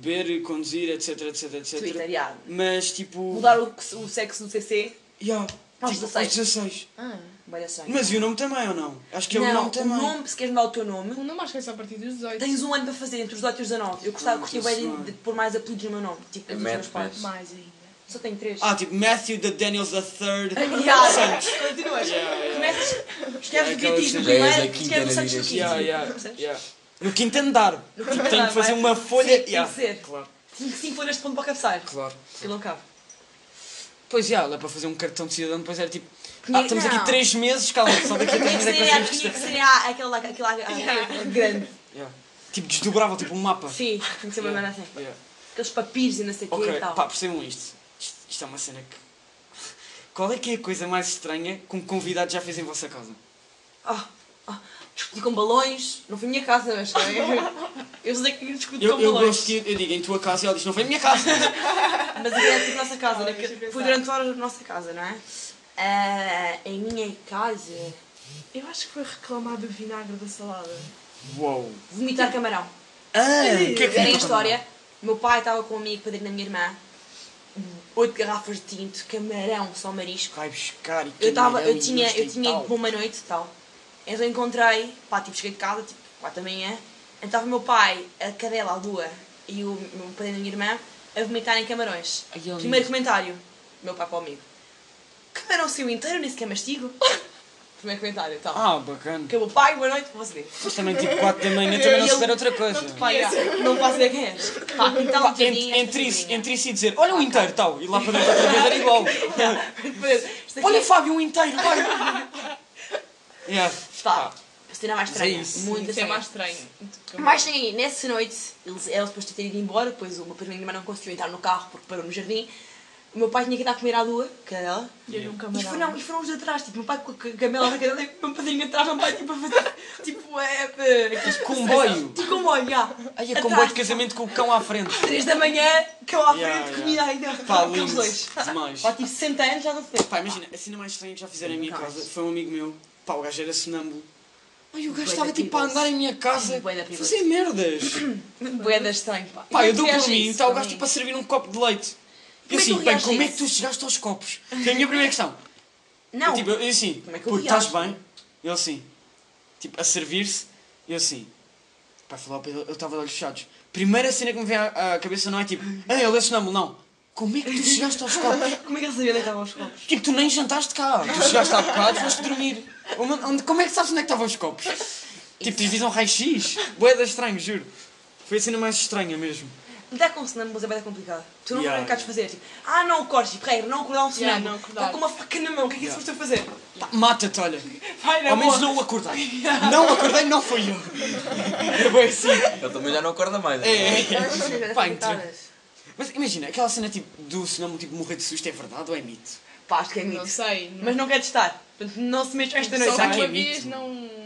S2: beber, conduzir, etc, etc, etc.
S3: Twitter, já.
S2: Mas tipo.
S3: Mudar o, o sexo do CC.
S2: Yeah,
S3: Aos
S2: tipo,
S3: 16.
S2: aos 16.
S4: Ah.
S3: Moeda estranha.
S2: Mas e o nome também ou não? Acho que é o
S3: não,
S2: nome também.
S3: se queres mudar o teu nome,
S4: Não, não acho que é só a partir dos 18.
S3: Tens um ano para fazer, entre os 18 e os 19. Eu gostava,
S2: Ah,
S3: curtia
S2: sim,
S3: bem
S2: senhora.
S3: de, de pôr mais apelidos no meu nome. Tipo, dos
S5: Mad
S3: meus pais.
S5: Max.
S4: Mais ainda.
S3: Só tenho três.
S2: Ah, é tipo Matthew the Daniels the Third.
S3: yeah. Continuas.
S2: Yeah, yeah.
S3: Começas, escreves
S2: Aquela
S3: o Beatriz no
S2: cena.
S3: primeiro,
S5: Dez, a quinta
S3: escreves o
S5: na
S3: Santos
S5: dinastia.
S3: no quinto.
S2: Yeah, yeah,
S3: Percebes?
S2: yeah. No quinto andar.
S3: quinto
S2: Tipo, tenho
S3: andar,
S2: que fazer
S3: vai.
S2: uma folha.
S3: Sim, tem
S2: yeah.
S3: que ser.
S2: Claro,
S3: Tinha cinco folhas de ponto para cabecear.
S2: claro.
S3: Que não cabe.
S2: Pois já, yeah, dá para fazer um cartão de cidadão, depois era tipo.
S3: Tinha-
S2: Ah, estamos
S3: não.
S2: aqui 3 meses, calma, só daqui a 3
S3: Tinha que
S2: meses é que
S3: ser,
S2: conseguimos.
S3: tinha que ser ah, aquele lá, aquele lá, ah, grande.
S2: Yeah. Tipo, desdobrava tipo um mapa.
S3: Sim, tinha que ser uma
S2: Yeah,
S3: merda assim.
S2: yeah.
S3: Aqueles papires e não sei o quê
S2: Ok,
S3: e tal.
S2: pá, percebam isto. isto. Isto é uma cena que. Qual é que é a coisa mais estranha que um convidado já fez em vossa casa?
S3: Ah, ah, discuti com balões. Não foi minha casa, mas foi. Eu sei que discuti
S2: Eu,
S3: com
S2: eu
S3: balões.
S2: gosto que eu diga em tua casa e ela diz: Não foi em minha casa!
S3: Mas aqui é a nossa casa, né?
S4: Ah, deixa eu pensar.
S3: Foi durante horas a nossa casa, não é? Ah, em minha casa,
S4: Eu acho que foi reclamar do vinagre da salada.
S2: Uou!
S3: vomitar camarão.
S2: Ah,
S3: Tem a história. Meu pai estava com um amigo, padrinho da minha irmã, oito garrafas de tinto, camarão, só marisco.
S2: Vai buscar e
S3: Eu, tava,
S2: camarão
S3: eu
S2: e
S3: tinha,
S2: isto
S3: eu
S2: e
S3: tinha
S2: é tal.
S3: ido para uma noite e tal. Então encontrei, pá, tipo, cheguei de casa, tipo, 4 da manhã. Então estava o meu pai, a cadela, a lua e o meu padrinho da minha irmã a vomitarem camarões. Primeiro comentário, meu pai para o amigo. Camarão seu inteiro, nem sequer mastigo. Primeiro comentário, então.
S2: Ah,
S3: tal.
S2: bacana.
S3: Acabou, pai, boa noite, vou saber.
S2: Mas também, tipo, 4 da manhã também não
S3: Ele-
S2: se espera outra coisa.
S3: Pai, ah, não faço ideia quem és. Pá, então,
S2: Pá, entre, entre, isso, entre isso e dizer: Olha o inteiro, tal. E lá para dentro outra vez era igual. Olha,
S3: Olha,
S2: Fábio, um inteiro, olha! yeah.
S3: é, pá, a cena mais
S2: Mas é
S3: estranha.
S2: isso.
S3: Muito
S4: Isso é
S3: estranha.
S4: mais estranho.
S3: Mas sim, nessa noite, eles eram supostos ter ido embora, depois o meu primo e a minha irmã não conseguiu entrar no carro porque parou no jardim. O meu pai tinha que dar a comer à lua, cadela.
S4: Deu-lhe um
S3: E
S4: camarão.
S3: foram, não, e foram os de atrás, tipo, meu pai com a ca- camela na cadela e o meu padrinho atrás, meu pai tipo a fazer, tipo, é, é,
S2: Comboio!
S3: tipo comboio, já.
S2: Ai, é comboio de casamento com o cão à frente.
S3: Três da manhã, cão à frente,
S2: Yeah,
S3: comida ainda.
S2: Pá,
S3: Aqueles
S2: lindo.
S3: dois.
S2: Demais.
S3: Pá, tipo 60 anos já não se vê.
S2: Pá, imagina, a cena mais estranha que já fizeram em minha casa foi um amigo meu. Pá, o gajo era sonâmbulo. Ai, o gajo
S3: Bué
S2: estava
S3: da
S2: tipo a
S3: perigoso.
S2: andar em minha casa.
S3: Bué da perigoso.
S2: Fazer merdas.
S3: Boeda estranho, pá.
S2: Pá, eu dou
S3: Como é que
S2: por
S3: tu
S2: mim,
S3: reages
S2: está o
S3: a
S2: gajo
S3: isso,
S2: tipo a servir um copo de leite. E
S3: Como é que tu
S2: assim, bem,
S3: reages a
S2: como é que
S3: isso?
S2: tu chegaste aos copos? Foi a minha primeira questão.
S3: Não,
S2: Eu, tipo, eu assim,
S3: Como é que eu
S2: puto, estás
S3: reajo?
S2: bem? Eu assim, tipo, a servir-se, eu assim. Pá, falar para ele, eu estava de olhos fechados. Primeira cena que me vem à, à cabeça não é tipo, ah, ele é sonâmbulo, não. Como é que tu chegaste aos copos?
S3: como é que ele sabia onde estavam os copos?
S2: Tipo, tu nem jantaste cá. Tu chegaste há bocado, foste dormir. Onde, onde- como é que sabes onde é que estavam os copos? Tipo, te divisam raio-x. Boeda estranho, juro. Foi a cena mais estranha mesmo.
S3: Lidar com sonâmbulos é bem complicado. Tu não
S2: Yeah,
S3: yeah, sabes o que é que há de fazer. Tipo, ah, não acordes, tipo, regra, não acordar um
S4: Yeah,
S3: sonâmbulo.
S4: não
S3: Tá
S4: acordar.
S3: com uma faca na mão, o que é que
S2: Yeah.
S3: isso foste a fazer?
S2: Pá, Mata-te, olha.
S3: Vai, na
S2: Ao menos
S3: boa.
S2: não o acordei. Não acordei, não fui eu. Eu vou assim.
S7: Ele também já não acorda mais.
S2: É.
S3: Elas são cenas
S2: Pá,
S3: complicadas.
S2: Mas imagina, aquela cena tipo do sonâmbulo tipo morrer de susto é verdade ou é mito?
S3: Pá, acho que é
S4: Não
S3: mito.
S4: sei.
S3: Mas não quer testar. Portanto, não se mexe esta noite. tá
S4: Só
S2: Será
S3: Sabe?
S2: que
S4: uma
S2: é
S4: vez
S2: mito?
S4: não...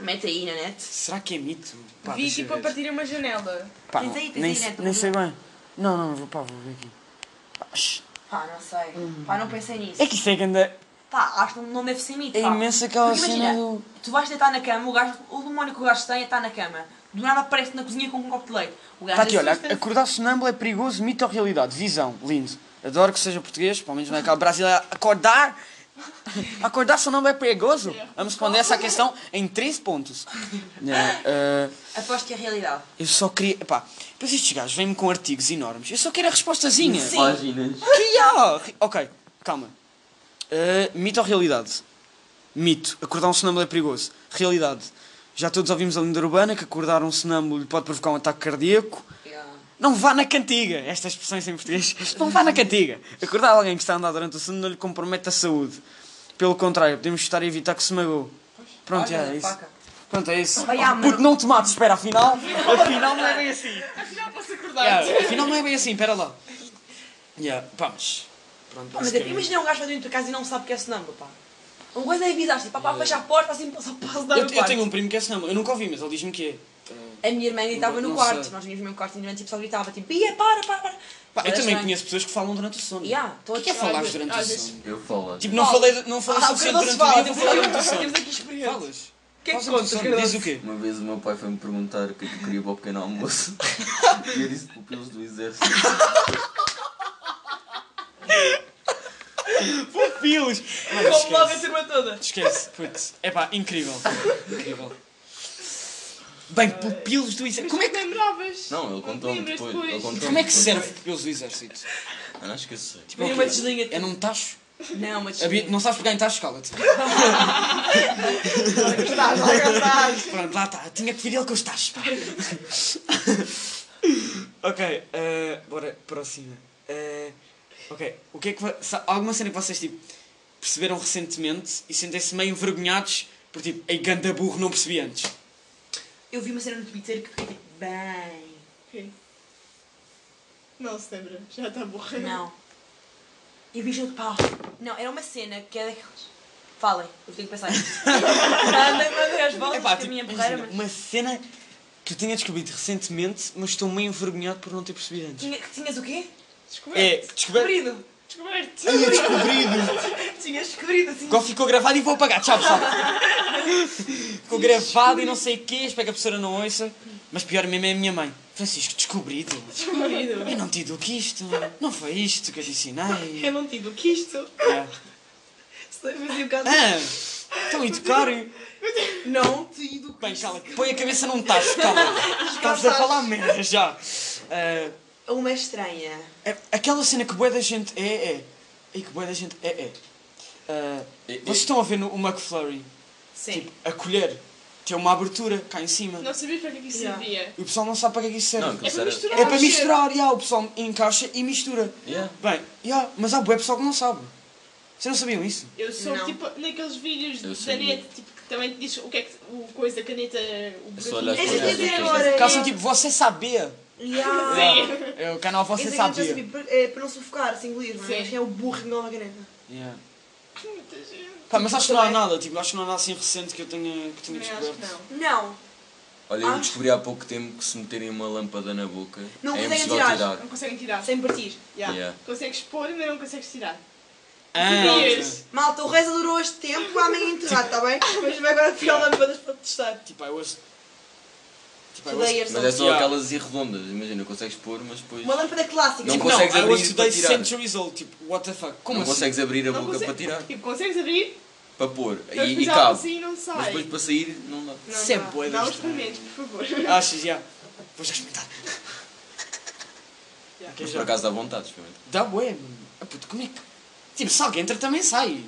S3: Mete aí na net.
S2: Será que é mito?
S4: Vi tipo a partir uma janela.
S2: Pá,
S3: Tens
S2: não,
S3: aí, né, tens
S2: nem,
S3: aí,
S2: se-
S3: Neto,
S2: nem
S3: vamos
S2: sei bem. Não, não, vou, pá, vou ver aqui. Pá, shh.
S3: Pá, não sei. Pá, não pensei nisso.
S2: É que isso é grande. É
S3: Pá, acho que não deve ser mito. pá.
S2: imensa aquela
S3: Porque
S2: cena
S3: imagina,
S2: do.
S3: tu vais deitar na cama, o, gajo, o demónio que o gajo tem é estar na cama. Do nada aparece na cozinha com um copo de leite. O gajo
S2: Está Tá aqui, olha,
S3: assusta-se.
S2: acordar sonâmbulo é perigoso, mito ou realidade? Visão, lindo. Adoro que seja português, pelo menos não é aquela brasileira. Acordar Acordar seu nome é perigoso? Vamos responder essa questão em três pontos. Né, eh,
S3: Aposto que é a realidade.
S2: eu só queria. Pá, depois estes gajos vêm-me com artigos enormes. Eu só quero a respostazinha.
S5: Páginas.
S2: Que há? Ok, calma. Eh, mito ou realidade? Mito. Acordar um sonâmbulo é perigoso. Realidade. Já todos ouvimos a lenda urbana que acordar um sonâmbulo lhe pode provocar um ataque cardíaco. Não vá na cantiga. Estas expressões em português. Não vá na cantiga. Acordar alguém que está a andar durante o sono não lhe compromete a saúde. Pelo contrário, podemos estar a evitar que se magoe. Pronto, já é isso. Pronto, é isso.
S3: Olha, mano.
S2: Porque não te mates, espera, afinal. Afinal não é bem assim.
S4: Afinal, posso acordar.
S2: Yeah, afinal não é bem assim, espera lá. Yeah, pá, mas... Pronto,
S3: Pá, mas é, imagina um gajo para dentro da casa e não sabe que é sonâmbulo, pá. Uma coisa é avisar, tipo, pá, pá, fecha a porta, assim, passa passo dar
S2: Eu,
S3: no
S2: eu
S3: quarto.
S2: tenho um primo que é sonâmbulo, eu nunca ouvi, mas ele diz-me que é.
S3: A minha irmã gritava no
S2: Não
S3: quarto,
S2: sei.
S3: nós vinhamos no mesmo quarto e a minha irmã tipo, só gritava, tipo, ia, para, para, para.
S2: Pá, eu
S3: Era
S2: também
S3: é estranho.
S2: conheço pessoas que falam durante o sono.
S3: Yeah, tô
S2: o que é que é
S3: a-
S2: falar
S4: às
S2: durante o
S4: vezes-
S2: sono?
S5: Eu falo.
S2: Tipo, não falei, não falei
S3: Ah,
S2: suficiente
S3: o que não se
S2: durante o dia, vou
S3: fala,
S2: falar durante o sono.
S4: Temos aqui experiência.
S2: Falas?
S4: que é
S2: Falas
S4: que
S2: durante o
S4: contas,
S2: sono,
S4: Cardoso?
S2: Diz o quê?
S5: Uma vez o meu pai foi-me perguntar o que é que eu queria para o pequeno almoço. e eu disse pupilos do exército.
S2: Pupilos!
S4: Como logo a turma toda.
S2: Esquece, putz. É pá, incrível. incrível. Bem, pupilos do exército. Como é que,
S4: Lembravas?
S5: Não, ele contou-me
S4: Lembras
S5: depois. Ele contou
S2: como é que serve pupilos do exército?
S5: Eu não esqueci.
S2: Tipo, é uma deslinha. É num tacho?
S3: Não, mas...
S2: Havia- Não sabes pegar em tacho? Cala-te.
S3: Estás, lá estás.
S2: Pronto, lá está. Tinha que vir ele com os tachos, pá. ok, eh, bora, próxima. Eh, ok, o que é que... va- sa- Alguma cena que vocês, tipo, perceberam recentemente e sentem-se meio envergonhados por, tipo, ei, ganda burro, não percebi antes.
S3: Eu vi uma cena no Twitter que fiquei tipo, bem...
S4: Ok. Não se lembra, já está borrando.
S3: Não. E vi junto, pá. Não, era uma cena que é daquelas... Falem, eu tenho que pensar nisto. Andei uma vez, voltas
S2: Epá,
S3: com a
S2: tipo,
S3: minha porreira,
S2: imagina,
S3: mas...
S2: uma cena que eu tinha descoberto recentemente, mas estou meio envergonhado por não ter percebido antes.
S3: Tinha, que tinhas o quê?
S2: É,
S4: Descoberto.
S2: descoberto.
S3: Descobrido.
S4: Descoberto.
S2: Tinha descobrido.
S3: Tinhas descobrido, assim.
S2: Agora ficou gravado e vou apagar. Tchau, pessoal. ficou gravado e não sei o quê. Espero que a professora não ouça. Mas pior mesmo é a minha mãe. Francisco, descobrido.
S4: Descobrido.
S2: Eu não te digo que isto. Não foi isto que eu te ensinei.
S4: Eu não digo que isto.
S2: É.
S3: Se fazia um bocado...
S2: Ah, estão a educar. Bem,
S3: Não te educo.
S2: cala Põe a cabeça num tacho, cala Estás a falar merda já. Ah,
S3: Uma estranha.
S2: É- Aquela cena que boa da gente é, é. E que boa da gente é, é. Ah,
S5: É,
S2: vocês
S5: é.
S2: estão a ver no, o McFlurry?
S3: Sim.
S2: Tipo, a colher. Tem uma abertura cá em cima.
S4: Não sabias para que é que isso
S3: Já.
S4: servia.
S2: E o pessoal não sabe para que é que isso serve.
S5: Não, então. que-
S4: É para
S5: Será-
S4: misturar.
S2: é para
S4: mexer.
S2: misturar, yeah, o pessoal encaixa e mistura.
S5: É, Yeah.
S2: Bem, yeah, mas há bué pessoal que não sabe. Vocês não sabiam isso?
S4: Eu sou
S3: Não.
S4: tipo naqueles vídeos
S5: Eu
S4: da
S5: sabia.
S4: net, tipo, que também te diz o que é que o coisa, a caneta, o
S5: É só olhar
S3: É
S5: para
S3: isso
S4: buraquinho.
S3: que eu ia dizer
S5: Sim.
S3: agora.
S2: Cá são tipo, você sabia.
S3: Yeah.
S4: Sim.
S2: É o canal Você
S3: Esse aqui eu já
S2: Sabia.
S3: sabia, para- é para não sufocar, sem engolir, não é?
S4: Sim.
S3: Acho que é o burro que não a caneta.
S2: Yeah.
S4: Muita gente.
S2: Pá, mas acho que não há nada, tipo, acho que não há nada assim recente que eu tenha, que tenha
S4: Também acho que
S2: descoberto.
S4: não.
S3: Não,
S5: Olha, eu descobri há pouco tempo que se meterem uma lâmpada na boca
S3: Ah. Não
S5: é
S3: conseguem
S5: impossível
S3: tirar.
S4: Não conseguem tirar.
S3: sem partir.
S4: Já.
S5: Yeah.
S4: Consegues pôr, mas não consegues tirar.
S2: Ah,
S4: Tipo, Sabias?
S3: Malta, o Reis adorou este tempo, amanhã enterrado, está tá bem? Mas vai agora tirar lâmpadas para testar.
S2: tipo, eu ouço. Tipo, eu ouço
S3: Today,
S5: Mas é só
S2: Yeah.
S5: aquelas irredondas, imagina, consegues pôr, mas depois
S3: Uma lâmpada clássica.
S5: Não
S3: tipo,
S5: consegue. consegues
S2: não,
S5: abrir
S2: I was
S5: para
S2: today
S5: tirar.
S2: centuries old, tipo, what the fuck? Como
S5: não
S2: assim?
S5: consegues abrir a
S4: Não
S5: boca
S4: consegue-
S5: para tirar,
S4: Tipo, consegues abrir,
S5: para pôr,
S4: mas
S5: e, e
S4: depois algo
S5: cabe.
S4: assim não
S5: Mas
S4: sai.
S5: depois para sair não dá.
S4: Não,
S2: Isso é
S4: dá.
S2: bué da
S4: Dá os
S2: estranho.
S4: experimentos, por favor.
S2: Achas, já. Vou já experimentar.
S4: Já.
S2: Ok,
S5: Mas por
S2: já.
S5: acaso dá vontade, experimenta.
S2: Dá bué, mano. Ah, puto, como é que... Tipo, se alguém entra também sai.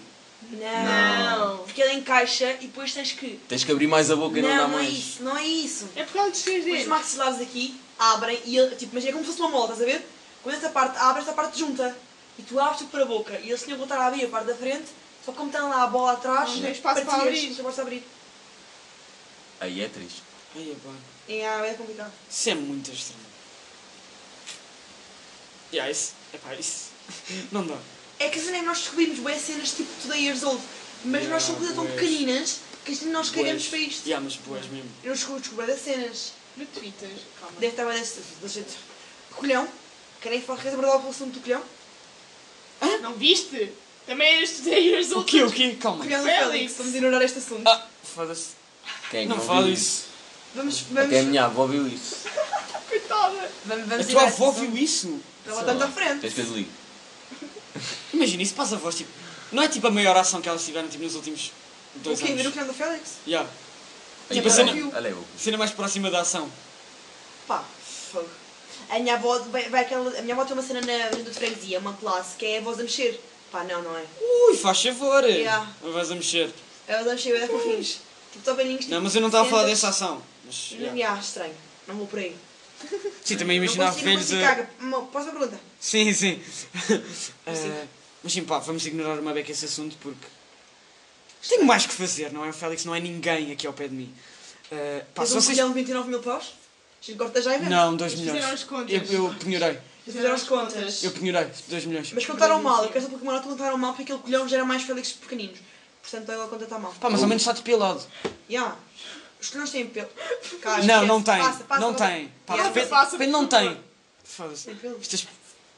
S3: Não.
S4: Não.
S3: Porque ele encaixa e depois tens que.
S5: Tens que abrir mais a boca e não,
S3: não,
S5: dá
S3: não é
S5: mais.
S3: isso, não é isso.
S4: É por causa dos seus
S3: Tipo, Os
S4: dedos.
S3: maxilares aqui abrem e ele, tipo, mas é como se fosse uma mola, estás a ver? Quando esta parte abre, esta parte junta. E tu abres tipo para a boca e eles tinham que voltar a abrir a parte da frente, só que como tem lá a bola atrás, né,
S4: Não tem espaço para
S3: partias,
S4: abrir.
S3: Só podes abrir.
S5: Aí é triste.
S2: Ai, é pá.
S3: É, é complicado.
S2: Isso é muito estranho. Já, isso... É pá, isso... Não dá.
S3: É que assim, nós descobrimos bem cenas tipo Today Years Old, mas
S2: Yeah,
S3: nós são coisas tão
S2: pois.
S3: pequeninas que assim, nós cagamos
S2: Bués.
S3: para isto.
S2: Já, mas boas mesmo.
S3: Eu descobri, descobri das cenas.
S4: No Twitter, calma.
S3: Deve estar bem desse, desse jeito. Colhão. Querem falar, queres abordar o assunto do colhão?
S4: Não viste? Também eras tu years
S2: O
S4: old.
S2: quê, o quê? Calma.
S3: Colhão do
S4: Félix.
S3: Félix, vamos ignorar este assunto.
S2: Ah, foda-se.
S5: Quem é que
S2: Não
S5: ouviu
S2: fala isso.
S3: Vamos,
S5: Até a
S3: vamos,
S5: minha avó viu isso.
S4: Coitada.
S3: vamos,
S2: A
S3: vamos
S2: tua
S3: ignorar este
S2: avó
S3: assunto.
S2: viu isso?
S3: Ela está muito à frente.
S5: Tens que eu desligo.
S2: Imagina, isso passa a voz, tipo... Não é tipo a maior ação que elas tiveram tipo, nos últimos
S3: O
S2: dois
S3: quê? Ver o
S2: anos.
S3: canal do Félix?
S2: Yeah.
S3: E
S2: Tipo, a
S3: agora
S2: cena,
S3: ouviu.
S5: Olha eu.
S2: a cena mais próxima da ação.
S8: Pá, fogo. A minha avó, vai, vai aquela, a minha avó tem uma cena na avenida de freguesia, uma classe, que é a voz a mexer. Pá, não, não é.
S2: Ui, faz favor!
S8: Yeah.
S2: Não Vais a mexer.
S8: A voz a mexer, é fofinhos. Tipo, só velhinhos. tipo,
S2: Não, mas eu não estava a falar
S8: sentas-
S2: dessa ação. Mas,
S8: Não,
S2: yeah.
S8: yeah, estranho. Não vou por aí.
S2: Sim, também eh,
S8: Não
S2: imaginar
S8: consigo, não
S2: velhos
S8: consigo,
S2: a.
S8: caga. Uma- Próxima pergunta.
S2: Sim, sim. Eh, mas sim, pá, vamos ignorar uma beca esse assunto porque. Tenho mais que fazer, não é? O Félix não é ninguém aqui ao pé de mim. Eh, pá,
S3: Mas
S2: se
S3: um
S2: vocês.
S3: milhão de 29 mil paus? Vocês cortas já e vemos?
S2: Não, 2
S4: Eles fizeram
S2: milhões.
S4: as contas.
S2: Eu, eu penhorei.
S3: Vocês fizeram as contas.
S2: Eu penhorei. 2 milhões.
S3: Mas contaram mal, eu quero saber porque uma nota contaram mal porque aquele colhão já era mais Félix pequeninos. Portanto, a
S8: tá
S3: conta está mal.
S2: Pá, mas ao menos está depilado.
S3: Ya. Os colhões têm pelo. Cá,
S2: não,
S3: esquece.
S2: não tem.
S3: Passa, passa,
S2: não
S3: passa.
S2: tem. Pá,
S3: Yeah.
S2: depende-
S4: passa,
S2: depende, não
S4: por
S2: tem.
S4: favor.
S2: Foda-se.
S3: Tem pelo.
S2: Estas-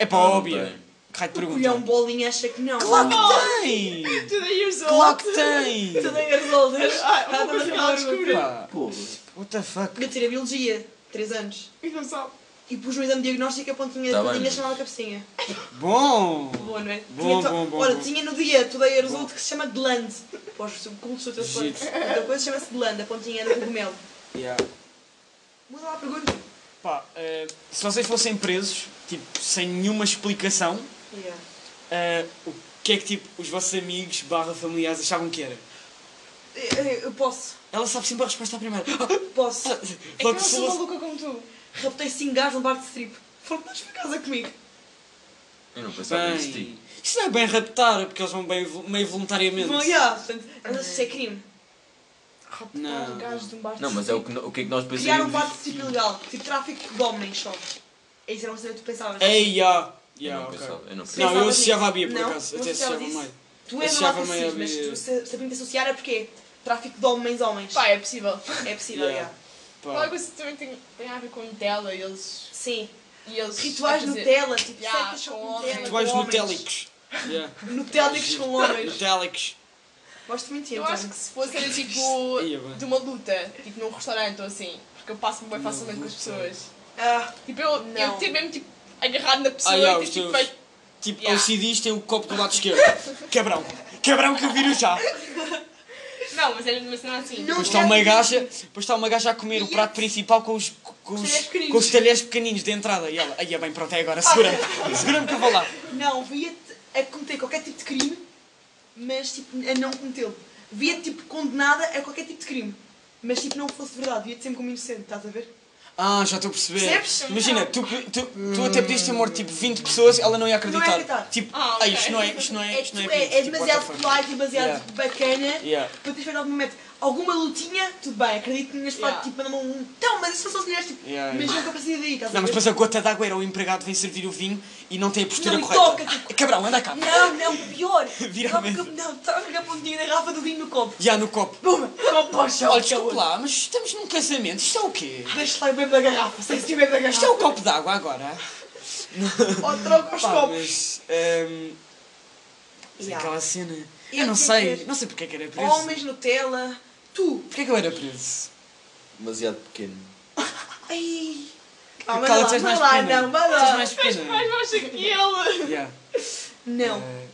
S2: É para
S5: Não, não
S2: óbvio.
S5: tem.
S2: Raio de
S8: O
S3: é
S8: Colhão
S3: um
S2: pergunta.
S8: bolinha acha que não.
S2: Claro que tem!
S4: Today years old.
S2: Claro que tem!
S8: Também as oldas.
S4: Ah,
S3: tá,
S4: uma coisa que ela descobriu.
S2: Pá,
S5: Porra.
S2: what the fuck?
S3: Eu tirei biologia, 3 anos.
S4: E não sabe.
S3: E pus no exame diagnóstico a pontinha
S5: Tá
S3: de
S5: bem,
S3: pedinha
S5: mas-
S3: chamada cabecinha.
S2: Bom!
S3: Boa, não é?
S2: Bom,
S3: tinha to-
S2: bom, bom,
S3: Olha,
S2: bom.
S3: tinha no dia, tu dei a resulta que se chama glande. Pós o culto do teu
S2: Giro.
S3: Outra coisa chama-se glande, a pontinha do cogumelo.
S2: Yeah.
S3: Muda lá a pergunta.
S2: Pá, eh, se vocês fossem presos, tipo, sem nenhuma explicação,
S3: Yeah.
S2: eh, o que é que tipo os vossos amigos barra familiares achavam que era?
S3: Eu, Eh, eu- eu posso,
S2: Ela sabe sempre a resposta à primeira. Ah,
S3: posso.
S4: É que eu
S2: Logo
S4: não
S2: se
S4: sou
S2: fosse-
S4: maluca como tu.
S3: Raptei 5 gajos num bar de strip. Foram todos para casa comigo.
S5: Eu não pensava nisso tipo. de
S2: Bem,
S5: ti.
S2: isso não é bem raptar, porque eles vão bem, vo- meio voluntariamente.
S3: Bom, yeah, portanto,
S8: Mas isso é crime.
S2: Não.
S4: Raptar gajos de um bar de
S5: Não, mas é o que, no- o que é que nós depois
S3: criaram um
S5: íamos...
S3: bar de strip ilegal, tipo tráfico de homens só. É Isso era uma cena que tu pensavas.
S2: Ei, já!
S5: Eu
S2: Já,
S5: não
S2: ok.
S5: pensava. Eu não pensava.
S2: Não, eu
S3: Pensavas
S2: associava a Bia, por
S3: Não,
S2: acaso.
S3: não
S2: Até
S3: associavas
S2: associava
S3: isso?
S2: meio.
S3: Tu és
S2: Achava
S3: uma
S2: meio
S3: fascista, mas
S2: a
S3: tu
S2: minha-
S3: se- sabendo te associar é porque tráfico de homens-homens.
S4: Pá, é possível.
S3: É possível,
S2: Yeah.
S3: yeah.
S4: Qualquer
S2: Pá,
S4: coisa que também tem, tem a ver com Nutella e eles.
S8: Sim.
S4: E eles
S3: Rituais
S4: a fazer-
S3: Nutella, tipo
S4: Yeah,
S3: sectas
S4: com
S3: com
S4: homens.
S3: Nutella.
S2: tu és
S3: com homens.
S2: nutélicos. Yeah.
S3: Nutélicos com homens.
S2: Nutélicos.
S3: Gosto muito de
S4: Eu acho que se fosse era
S2: Ia
S4: tipo
S2: bem.
S4: de uma luta, tipo num restaurante ou assim, porque eu passo-me bem
S2: Uma
S4: facilmente com as
S2: luta.
S4: pessoas.
S3: Ah,
S4: Tipo, eu, eu
S8: Não.
S4: ter mesmo tipo agarrado na pessoa
S2: Ah, yeah,
S4: e
S2: os
S4: ter tipo
S2: teus.
S4: feito.
S2: Tipo,
S4: Yeah.
S2: LCDs tem o copo do lado esquerdo. Cabrão. Cabrão que eu viro já.
S4: Não, mas era uma cena assim.
S3: Não.
S2: Depois está uma gaja, depois está uma gaja a comer o prato principal com os, com os,
S3: talheres pequeninos. Ah.
S2: com os talheres pequeninos de entrada. E ela, aí é bem, pronto, é agora, segura-me. Segura-me que eu vou lá.
S3: não, via-te a cometer qualquer tipo de crime, mas tipo a não cometê-lo. Via-te tipo condenada a qualquer tipo de crime, mas tipo não fosse verdade, via-te sempre como inocente, estás a ver?
S2: Ah, já estou a perceber.
S3: Percebes? Então,
S2: Imagina, tu, tu, tu até podias ter morto tipo 20 pessoas, ela não ia acreditar.
S3: Não ia acreditar.
S2: Tipo,
S4: Ah, ok.
S2: "Ei, isto não é, isto não é,
S3: É,
S2: isto
S3: tipo,
S2: não é,
S3: é,
S2: bife", tipo, what
S3: é
S2: the
S3: demasiado
S2: fuck.
S3: polite e demasiado
S2: Yeah.
S3: bacana.
S2: Yeah.
S3: Para teres feito algum momento alguma lutinha, tudo bem, acredito que tinhas
S4: Yeah.
S3: yeah. tipo, mandam um. Então, mas isso não são as mulheres, tipo,
S2: Yeah,
S3: mas
S2: yeah.
S3: nunca passei daí, estás a
S2: Não, mas
S3: ver?
S2: depois a gota d'água era o empregado vem servir o vinho e não tem a postura
S3: Não, e
S2: correta.
S3: toca, tipo-
S2: Cabrão, anda cá.
S3: Não, não, pior!
S2: Vira a
S3: Não,
S2: mesa.
S3: porque- Não, toca a pontinha da garrafa do vinho no copo.
S2: Já no copo.
S3: Puma, copo ao chão. é
S2: Olha, desculpe lá, mas estamos num casamento. Isto é o quê?
S3: Deixa lá o bebo da garrafa, sem se tiver da
S2: Isto é
S3: garrafa.
S2: um copo d'água agora.
S3: Ou troca os
S2: Pá,
S3: copos.
S2: mas. ehm, mas é
S3: Yeah.
S2: Aquela cena. Eu,
S3: Eu
S2: não
S3: tinha
S2: sei,
S3: que ver.
S2: não sei porque é que era preso.
S3: Homens, Nutella, tu.
S2: Porquê é que eu era
S3: Oh,
S2: preso?
S5: Demasiado pequeno.
S3: Ai. Ah,
S2: Porque
S3: mas
S2: ela
S3: lá,
S2: tu és
S3: mas
S2: é mais
S3: lá,
S2: pequena.
S3: não,
S2: Tu és mais
S3: mas lá.
S4: Mais
S2: pequena.
S4: baixa que ele!
S2: Yeah.
S3: Não,
S2: Eh,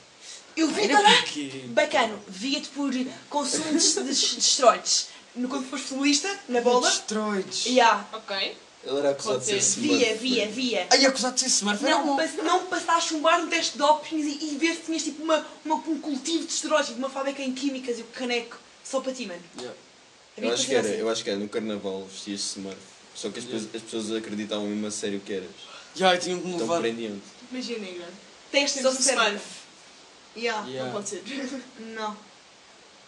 S3: eu vi
S2: Era
S3: para
S2: porque.
S3: Bacano, via-te por consumo de, de, de esteroides. No, quando foste futebolista, na bola,
S2: Destroides.
S3: yeah,
S4: Ok.
S5: Ele era acusado de ser
S4: Pode ser.
S5: smurf.
S3: via, via, via.
S2: Ai, acusado de ser smurf era
S3: Não,
S2: bom.
S3: pas, não passaste a chumbar no teste de dopings e, e ver se tinhas tipo uma, uma, um cultivo de esteroides, tipo, uma fábrica em químicas e o caneco só para ti, mano.
S2: Yeah.
S5: Eu
S3: Havia
S5: acho que
S3: coisa
S5: era,
S3: assim.
S5: eu acho que era no carnaval vestias de smurf. Só que as, pessoas- as pessoas acreditavam mesmo a sério que eras.
S2: Já, eu tinha que me
S5: Então
S2: levar.
S5: prendiam-te.
S4: Magia negra.
S3: Testes
S4: Temos
S3: ao
S4: um
S3: cérebro.
S4: Smurf.
S3: Yeah.
S2: Yeah.
S4: Não pode ser.
S3: Não.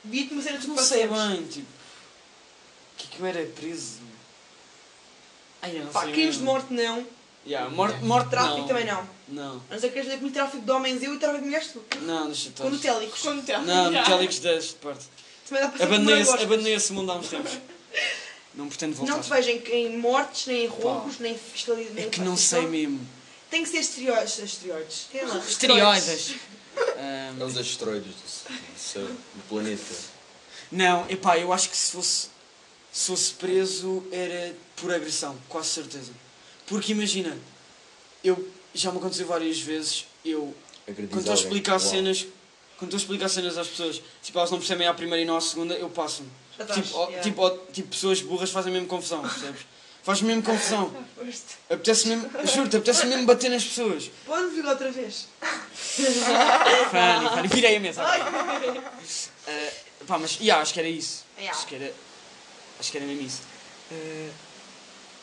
S3: Via-te uma cena de
S2: Não sei bem, tipo. O que é que eu era preso? Ai, eu não
S3: Pá,
S2: sei.
S3: crimes de
S2: mesmo.
S3: morte não,
S2: Yeah, morte, morte
S3: tráfico
S2: não.
S3: também não.
S2: Não,
S3: A não ser que queres dizer comigo tráfico de homens eu e tráfico de mulheres tu.
S2: não, deixa estar.
S3: Com Nutélicos.
S4: Com Nutella.
S2: Não, é
S4: Yeah.
S2: Metallics 10, de parte.
S3: Também dá para ser
S2: Abandonei esse,
S3: como eu gosto.
S2: abandonei esse mundo há uns tempos. Não pretendo voltar.
S3: Não te vejo em, em mortes, nem em roubos, nem em fiscalização.
S2: é que não sei mesmo. Tipo,
S3: Tem que ser esteroides. Esteroides. Tem lá.
S2: Estereoides.
S5: É os asteroides do, do céu, do planeta.
S2: não, epá, eu acho que se fosse, se fosse preso era por agressão, quase certeza. Porque imagina, eu já me aconteceu várias vezes, eu
S5: Acredito
S2: quando estou a explicar cenas Quando tu explicas cenas às pessoas, tipo, elas não percebem à primeira e não à segunda, eu passo-me.
S9: Já estás,
S2: Tipo, ó-
S9: yeah.
S2: tipo, ó- tipo, pessoas burras fazem mesmo confusão, percebes? Faz mesmo confusão. Apetece mesmo, juro-te, apetece mesmo bater nas pessoas.
S9: Pode vir outra vez.
S2: Fanny, Fanny, virei a mesa. agora. Eh, pá, mas, yeah, acho que era isso.
S3: Yeah.
S2: Acho que era, acho que era mesmo isso. Eh,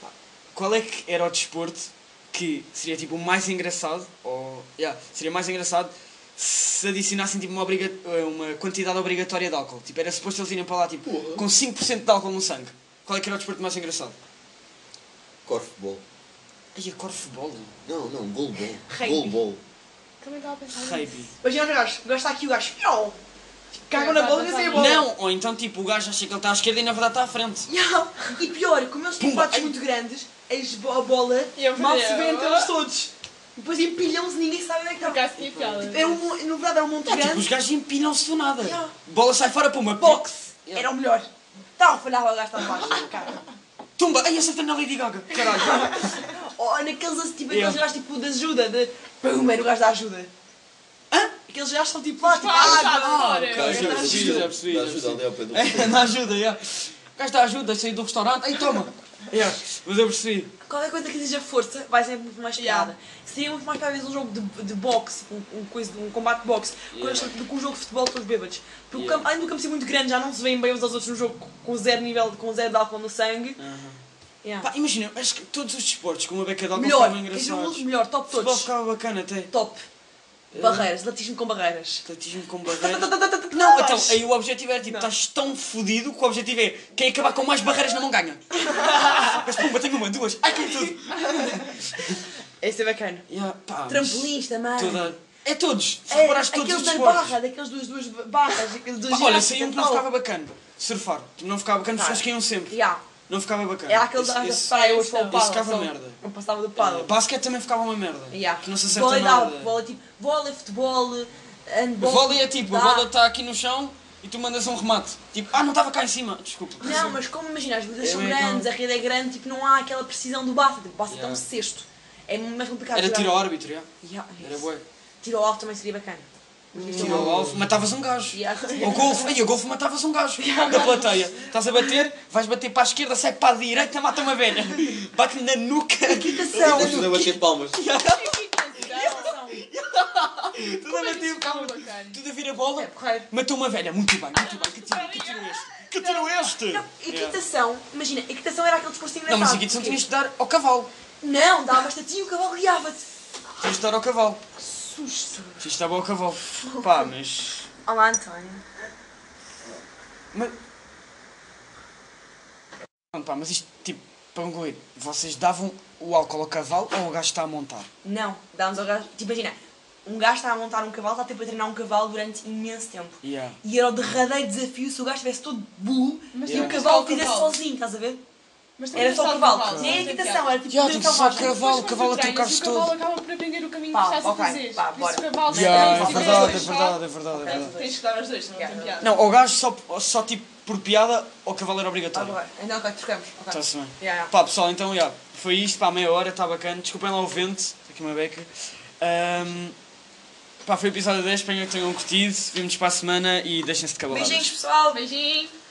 S2: pá, qual é que era o desporto que seria tipo o mais engraçado, ou, yeah, seria mais engraçado se adicionassem tipo uma, obriga- eh, uma quantidade obrigatória de álcool? Tipo, era suposto eles irem para lá tipo, com 5% de álcool no sangue. Qual é que era o desporto mais engraçado?
S5: Corfball.
S2: Ai, a cor futebol.
S5: Não, não, golbol.
S4: Rugby.
S5: Golbol.
S4: Também estava a pensar nisso.
S2: Rugby.
S9: Imagina os gajos, o gajo está aqui, o gajo, piol. Tipo, Cagam na bola e sem a bola.
S2: Não, ou então tipo, o gajo acha que ele está à esquerda e na verdade está à frente.
S9: Yeah. E pior, como eles têm
S2: Pumba,
S9: quadros
S2: ai.
S9: muito grandes, eles bo- a bola
S4: Eu
S9: mal
S4: falei,
S9: se vê entre
S4: ah.
S9: eles todos. E depois empilham-se, ninguém sabe onde é que
S4: Por
S9: está.
S4: acaso tinha piada.
S9: Tipo, era um, mon- na verdade era um monte
S2: Tipo,
S9: grande.
S2: os gajos empinam-se do nada.
S9: Yeah.
S2: Bola sai fora, puma. Box.
S9: Boxe. Era o melhor. Tá, Tal, falhava o gajo lá baixo, cara.
S2: Tumba. Ai, acerta na Lady Gaga. Caralho.
S9: Ou naqueles, tipo, aqueles
S2: Yeah.
S9: gajos tipo de ajuda, de... Pum, era o gajo da ajuda.
S2: Hã?
S9: Aqueles gajos são tipo lá, tipo...
S4: Ah,
S9: Ah,
S4: já fora.
S5: Dá ajuda,
S2: já percebi, já
S5: dá
S2: percebi,
S5: ajuda, ajuda
S2: já
S5: ali ao pé do
S2: É, na ajuda, yeah. O gajo dá ajuda, saí do restaurante. Ai, toma. Yeah. Mas eu percebi.
S3: Qualquer coisa que seja força vai ser muito mais piada.
S4: Yeah.
S3: Seria muito mais talvez um jogo de, de boxe, um, um, coisa, de- um combate de boxe, coisas do que um jogo de futebol todos bêbados. Porque o
S2: Yeah.
S3: campo, além do campo ser muito grande, já não se veem bem uns aos outros num jogo com zero nível, com zero de álcool no sangue. Yeah.
S2: Pá, imagina, acho que todos os desportos com uma beca de álcool
S3: Melhor,
S2: ficavam
S3: tens um
S2: engraçados.
S3: mundo melhor, top
S2: Futebol
S3: todos.
S2: ficava bacana até.
S3: Top.
S2: Eh.
S3: Barreiras, latismo com barreiras.
S2: Atletismo com barreira. Não, então, aí o objetivo era tipo, estás tão fodido que o objetivo é quem acabar com mais barreiras na mão ganha. Mas pumba, tenho uma, duas, ai, como tudo.
S3: Esse é bacana.
S2: Yeah, pá, mas
S3: Trampolins também.
S2: Toda... É todos, se
S3: É,
S2: reparares todos os
S3: aqueles da
S2: desportos.
S3: barra, daqueles duas, duas barras, aqueles dois
S2: Pá, olha, saía um que não ficava bacana. Surfar. Tipo, Não ficava bacana, as
S3: Cara.
S2: pessoas caíam sempre.
S3: Yeah.
S2: Não ficava bacana.
S3: Era aquele
S2: Esse-
S3: da
S2: esse-
S3: praia, eu sou o
S4: esse
S3: pau.
S2: ficava
S3: sou-
S2: merda.
S3: Eu passava do
S2: eh,
S3: pau.
S2: Basquete também ficava uma merda.
S3: Yeah.
S2: Que não se acerta
S3: Vôlei dá,
S2: nada.
S3: vôlei tipo, vôlei, futebol, handball.
S2: Vôlei é tipo, a
S3: dá.
S2: bola está aqui no chão e tu mandas um remate. Tipo, ah, não estava cá em cima. Desculpa.
S3: Não, mas como imagina, as medidas
S2: tipo- É
S3: são
S2: bem
S3: grandes,
S2: calmo.
S3: a rede é grande, tipo, não há aquela precisão do basta, tipo, o basta
S2: Yeah.
S3: está um cesto. É mais complicado.
S2: Era
S3: jogar.
S2: tiro ao árbitro, yeah.
S3: Yeah, é
S2: Era
S3: isso.
S2: bué.
S3: Tiro ao alto também seria bacana.
S2: Tiro ao alvo, matavas um gajo.
S3: Yeah.
S2: Ou golfe, aí, o golfe matavas um gajo na plateia. Estás a bater, vais bater para a esquerda, sai para a direita, mata uma velha. Bate-lhe na nuca.
S3: Equitação.
S5: Estás a bater palmas.
S2: Tudo a bater
S4: Calma, bacana.
S2: Tudo a vir a bola.
S3: tipo É porreiro.
S2: Matou uma velha, muito bem, muito bem, que tirou, que tirou este, que tirou este!
S3: Não, equitação, imagina, equitação era aquele discurso engraçado.
S2: É. Não, mas aqui tu não
S3: porque-
S2: tinhas de dar ao cavalo,
S3: Não, dava-te a ti e o cavalo guiava-te.
S2: tinhas de dar ao cavalo,
S3: Susto.
S2: tinhas de dar ao cavalo. Pá, mas...
S3: Olá, António.
S2: mas... Não, pá, mas isto, tipo, para concluir, vocês davam o álcool ao cavalo ou o gajo está a montar?
S3: Não, dávamos ao gajo. Tipo, imagina, um gajo está a montar um cavalo, está tipo a treinar um cavalo durante imenso tempo.
S2: Yeah.
S3: E era o derradeiro desafio se o gajo estivesse todo burro
S4: Mas
S3: e
S4: também
S3: o
S4: era
S3: cavalo
S4: só o
S3: fizesse
S4: cavalo.
S3: sozinho, estás a ver?
S4: Mas também
S3: Era só o cavalo. Nem era
S4: não tem
S3: equitação,
S4: piada.
S3: era tipo
S2: Já,
S3: dois
S2: tipo, só
S3: cavalos.
S2: o cavalo, o
S4: Mas
S2: cavalo
S4: Então, quando tu
S2: atacava-se
S4: treinas, O
S2: todo.
S4: cavalo é acaba por aprender o caminho
S3: Pá,
S4: que estás
S3: ok,
S4: a fazer.
S3: pá,
S4: Por isso
S3: bora.
S4: o cavalo
S2: Yeah,
S4: se
S2: é
S4: tiveres
S2: verdade, é
S4: dois
S2: verdade, é verdade, é verdade.
S4: assim. Tens que dar os dois, senão não tem
S3: Yeah.
S4: piada.
S2: Não, ao gajo só, só tipo, por piada, ao cavalo era obrigatório.
S3: Agora, não, Então, ok, trocamos. ok.
S2: Está-se bem.
S3: Yeah, yeah.
S2: Pá, pessoal, então, já foi isto, pá, meia hora, está bacana. Desculpem lá o vento, está aqui uma beca. Ahm, pá, foi o episódio 10, espero que tenham curtido. Vimos para a semana e deixem-se de cabelar.
S3: Beijinhos, pessoal.
S4: Beijinho.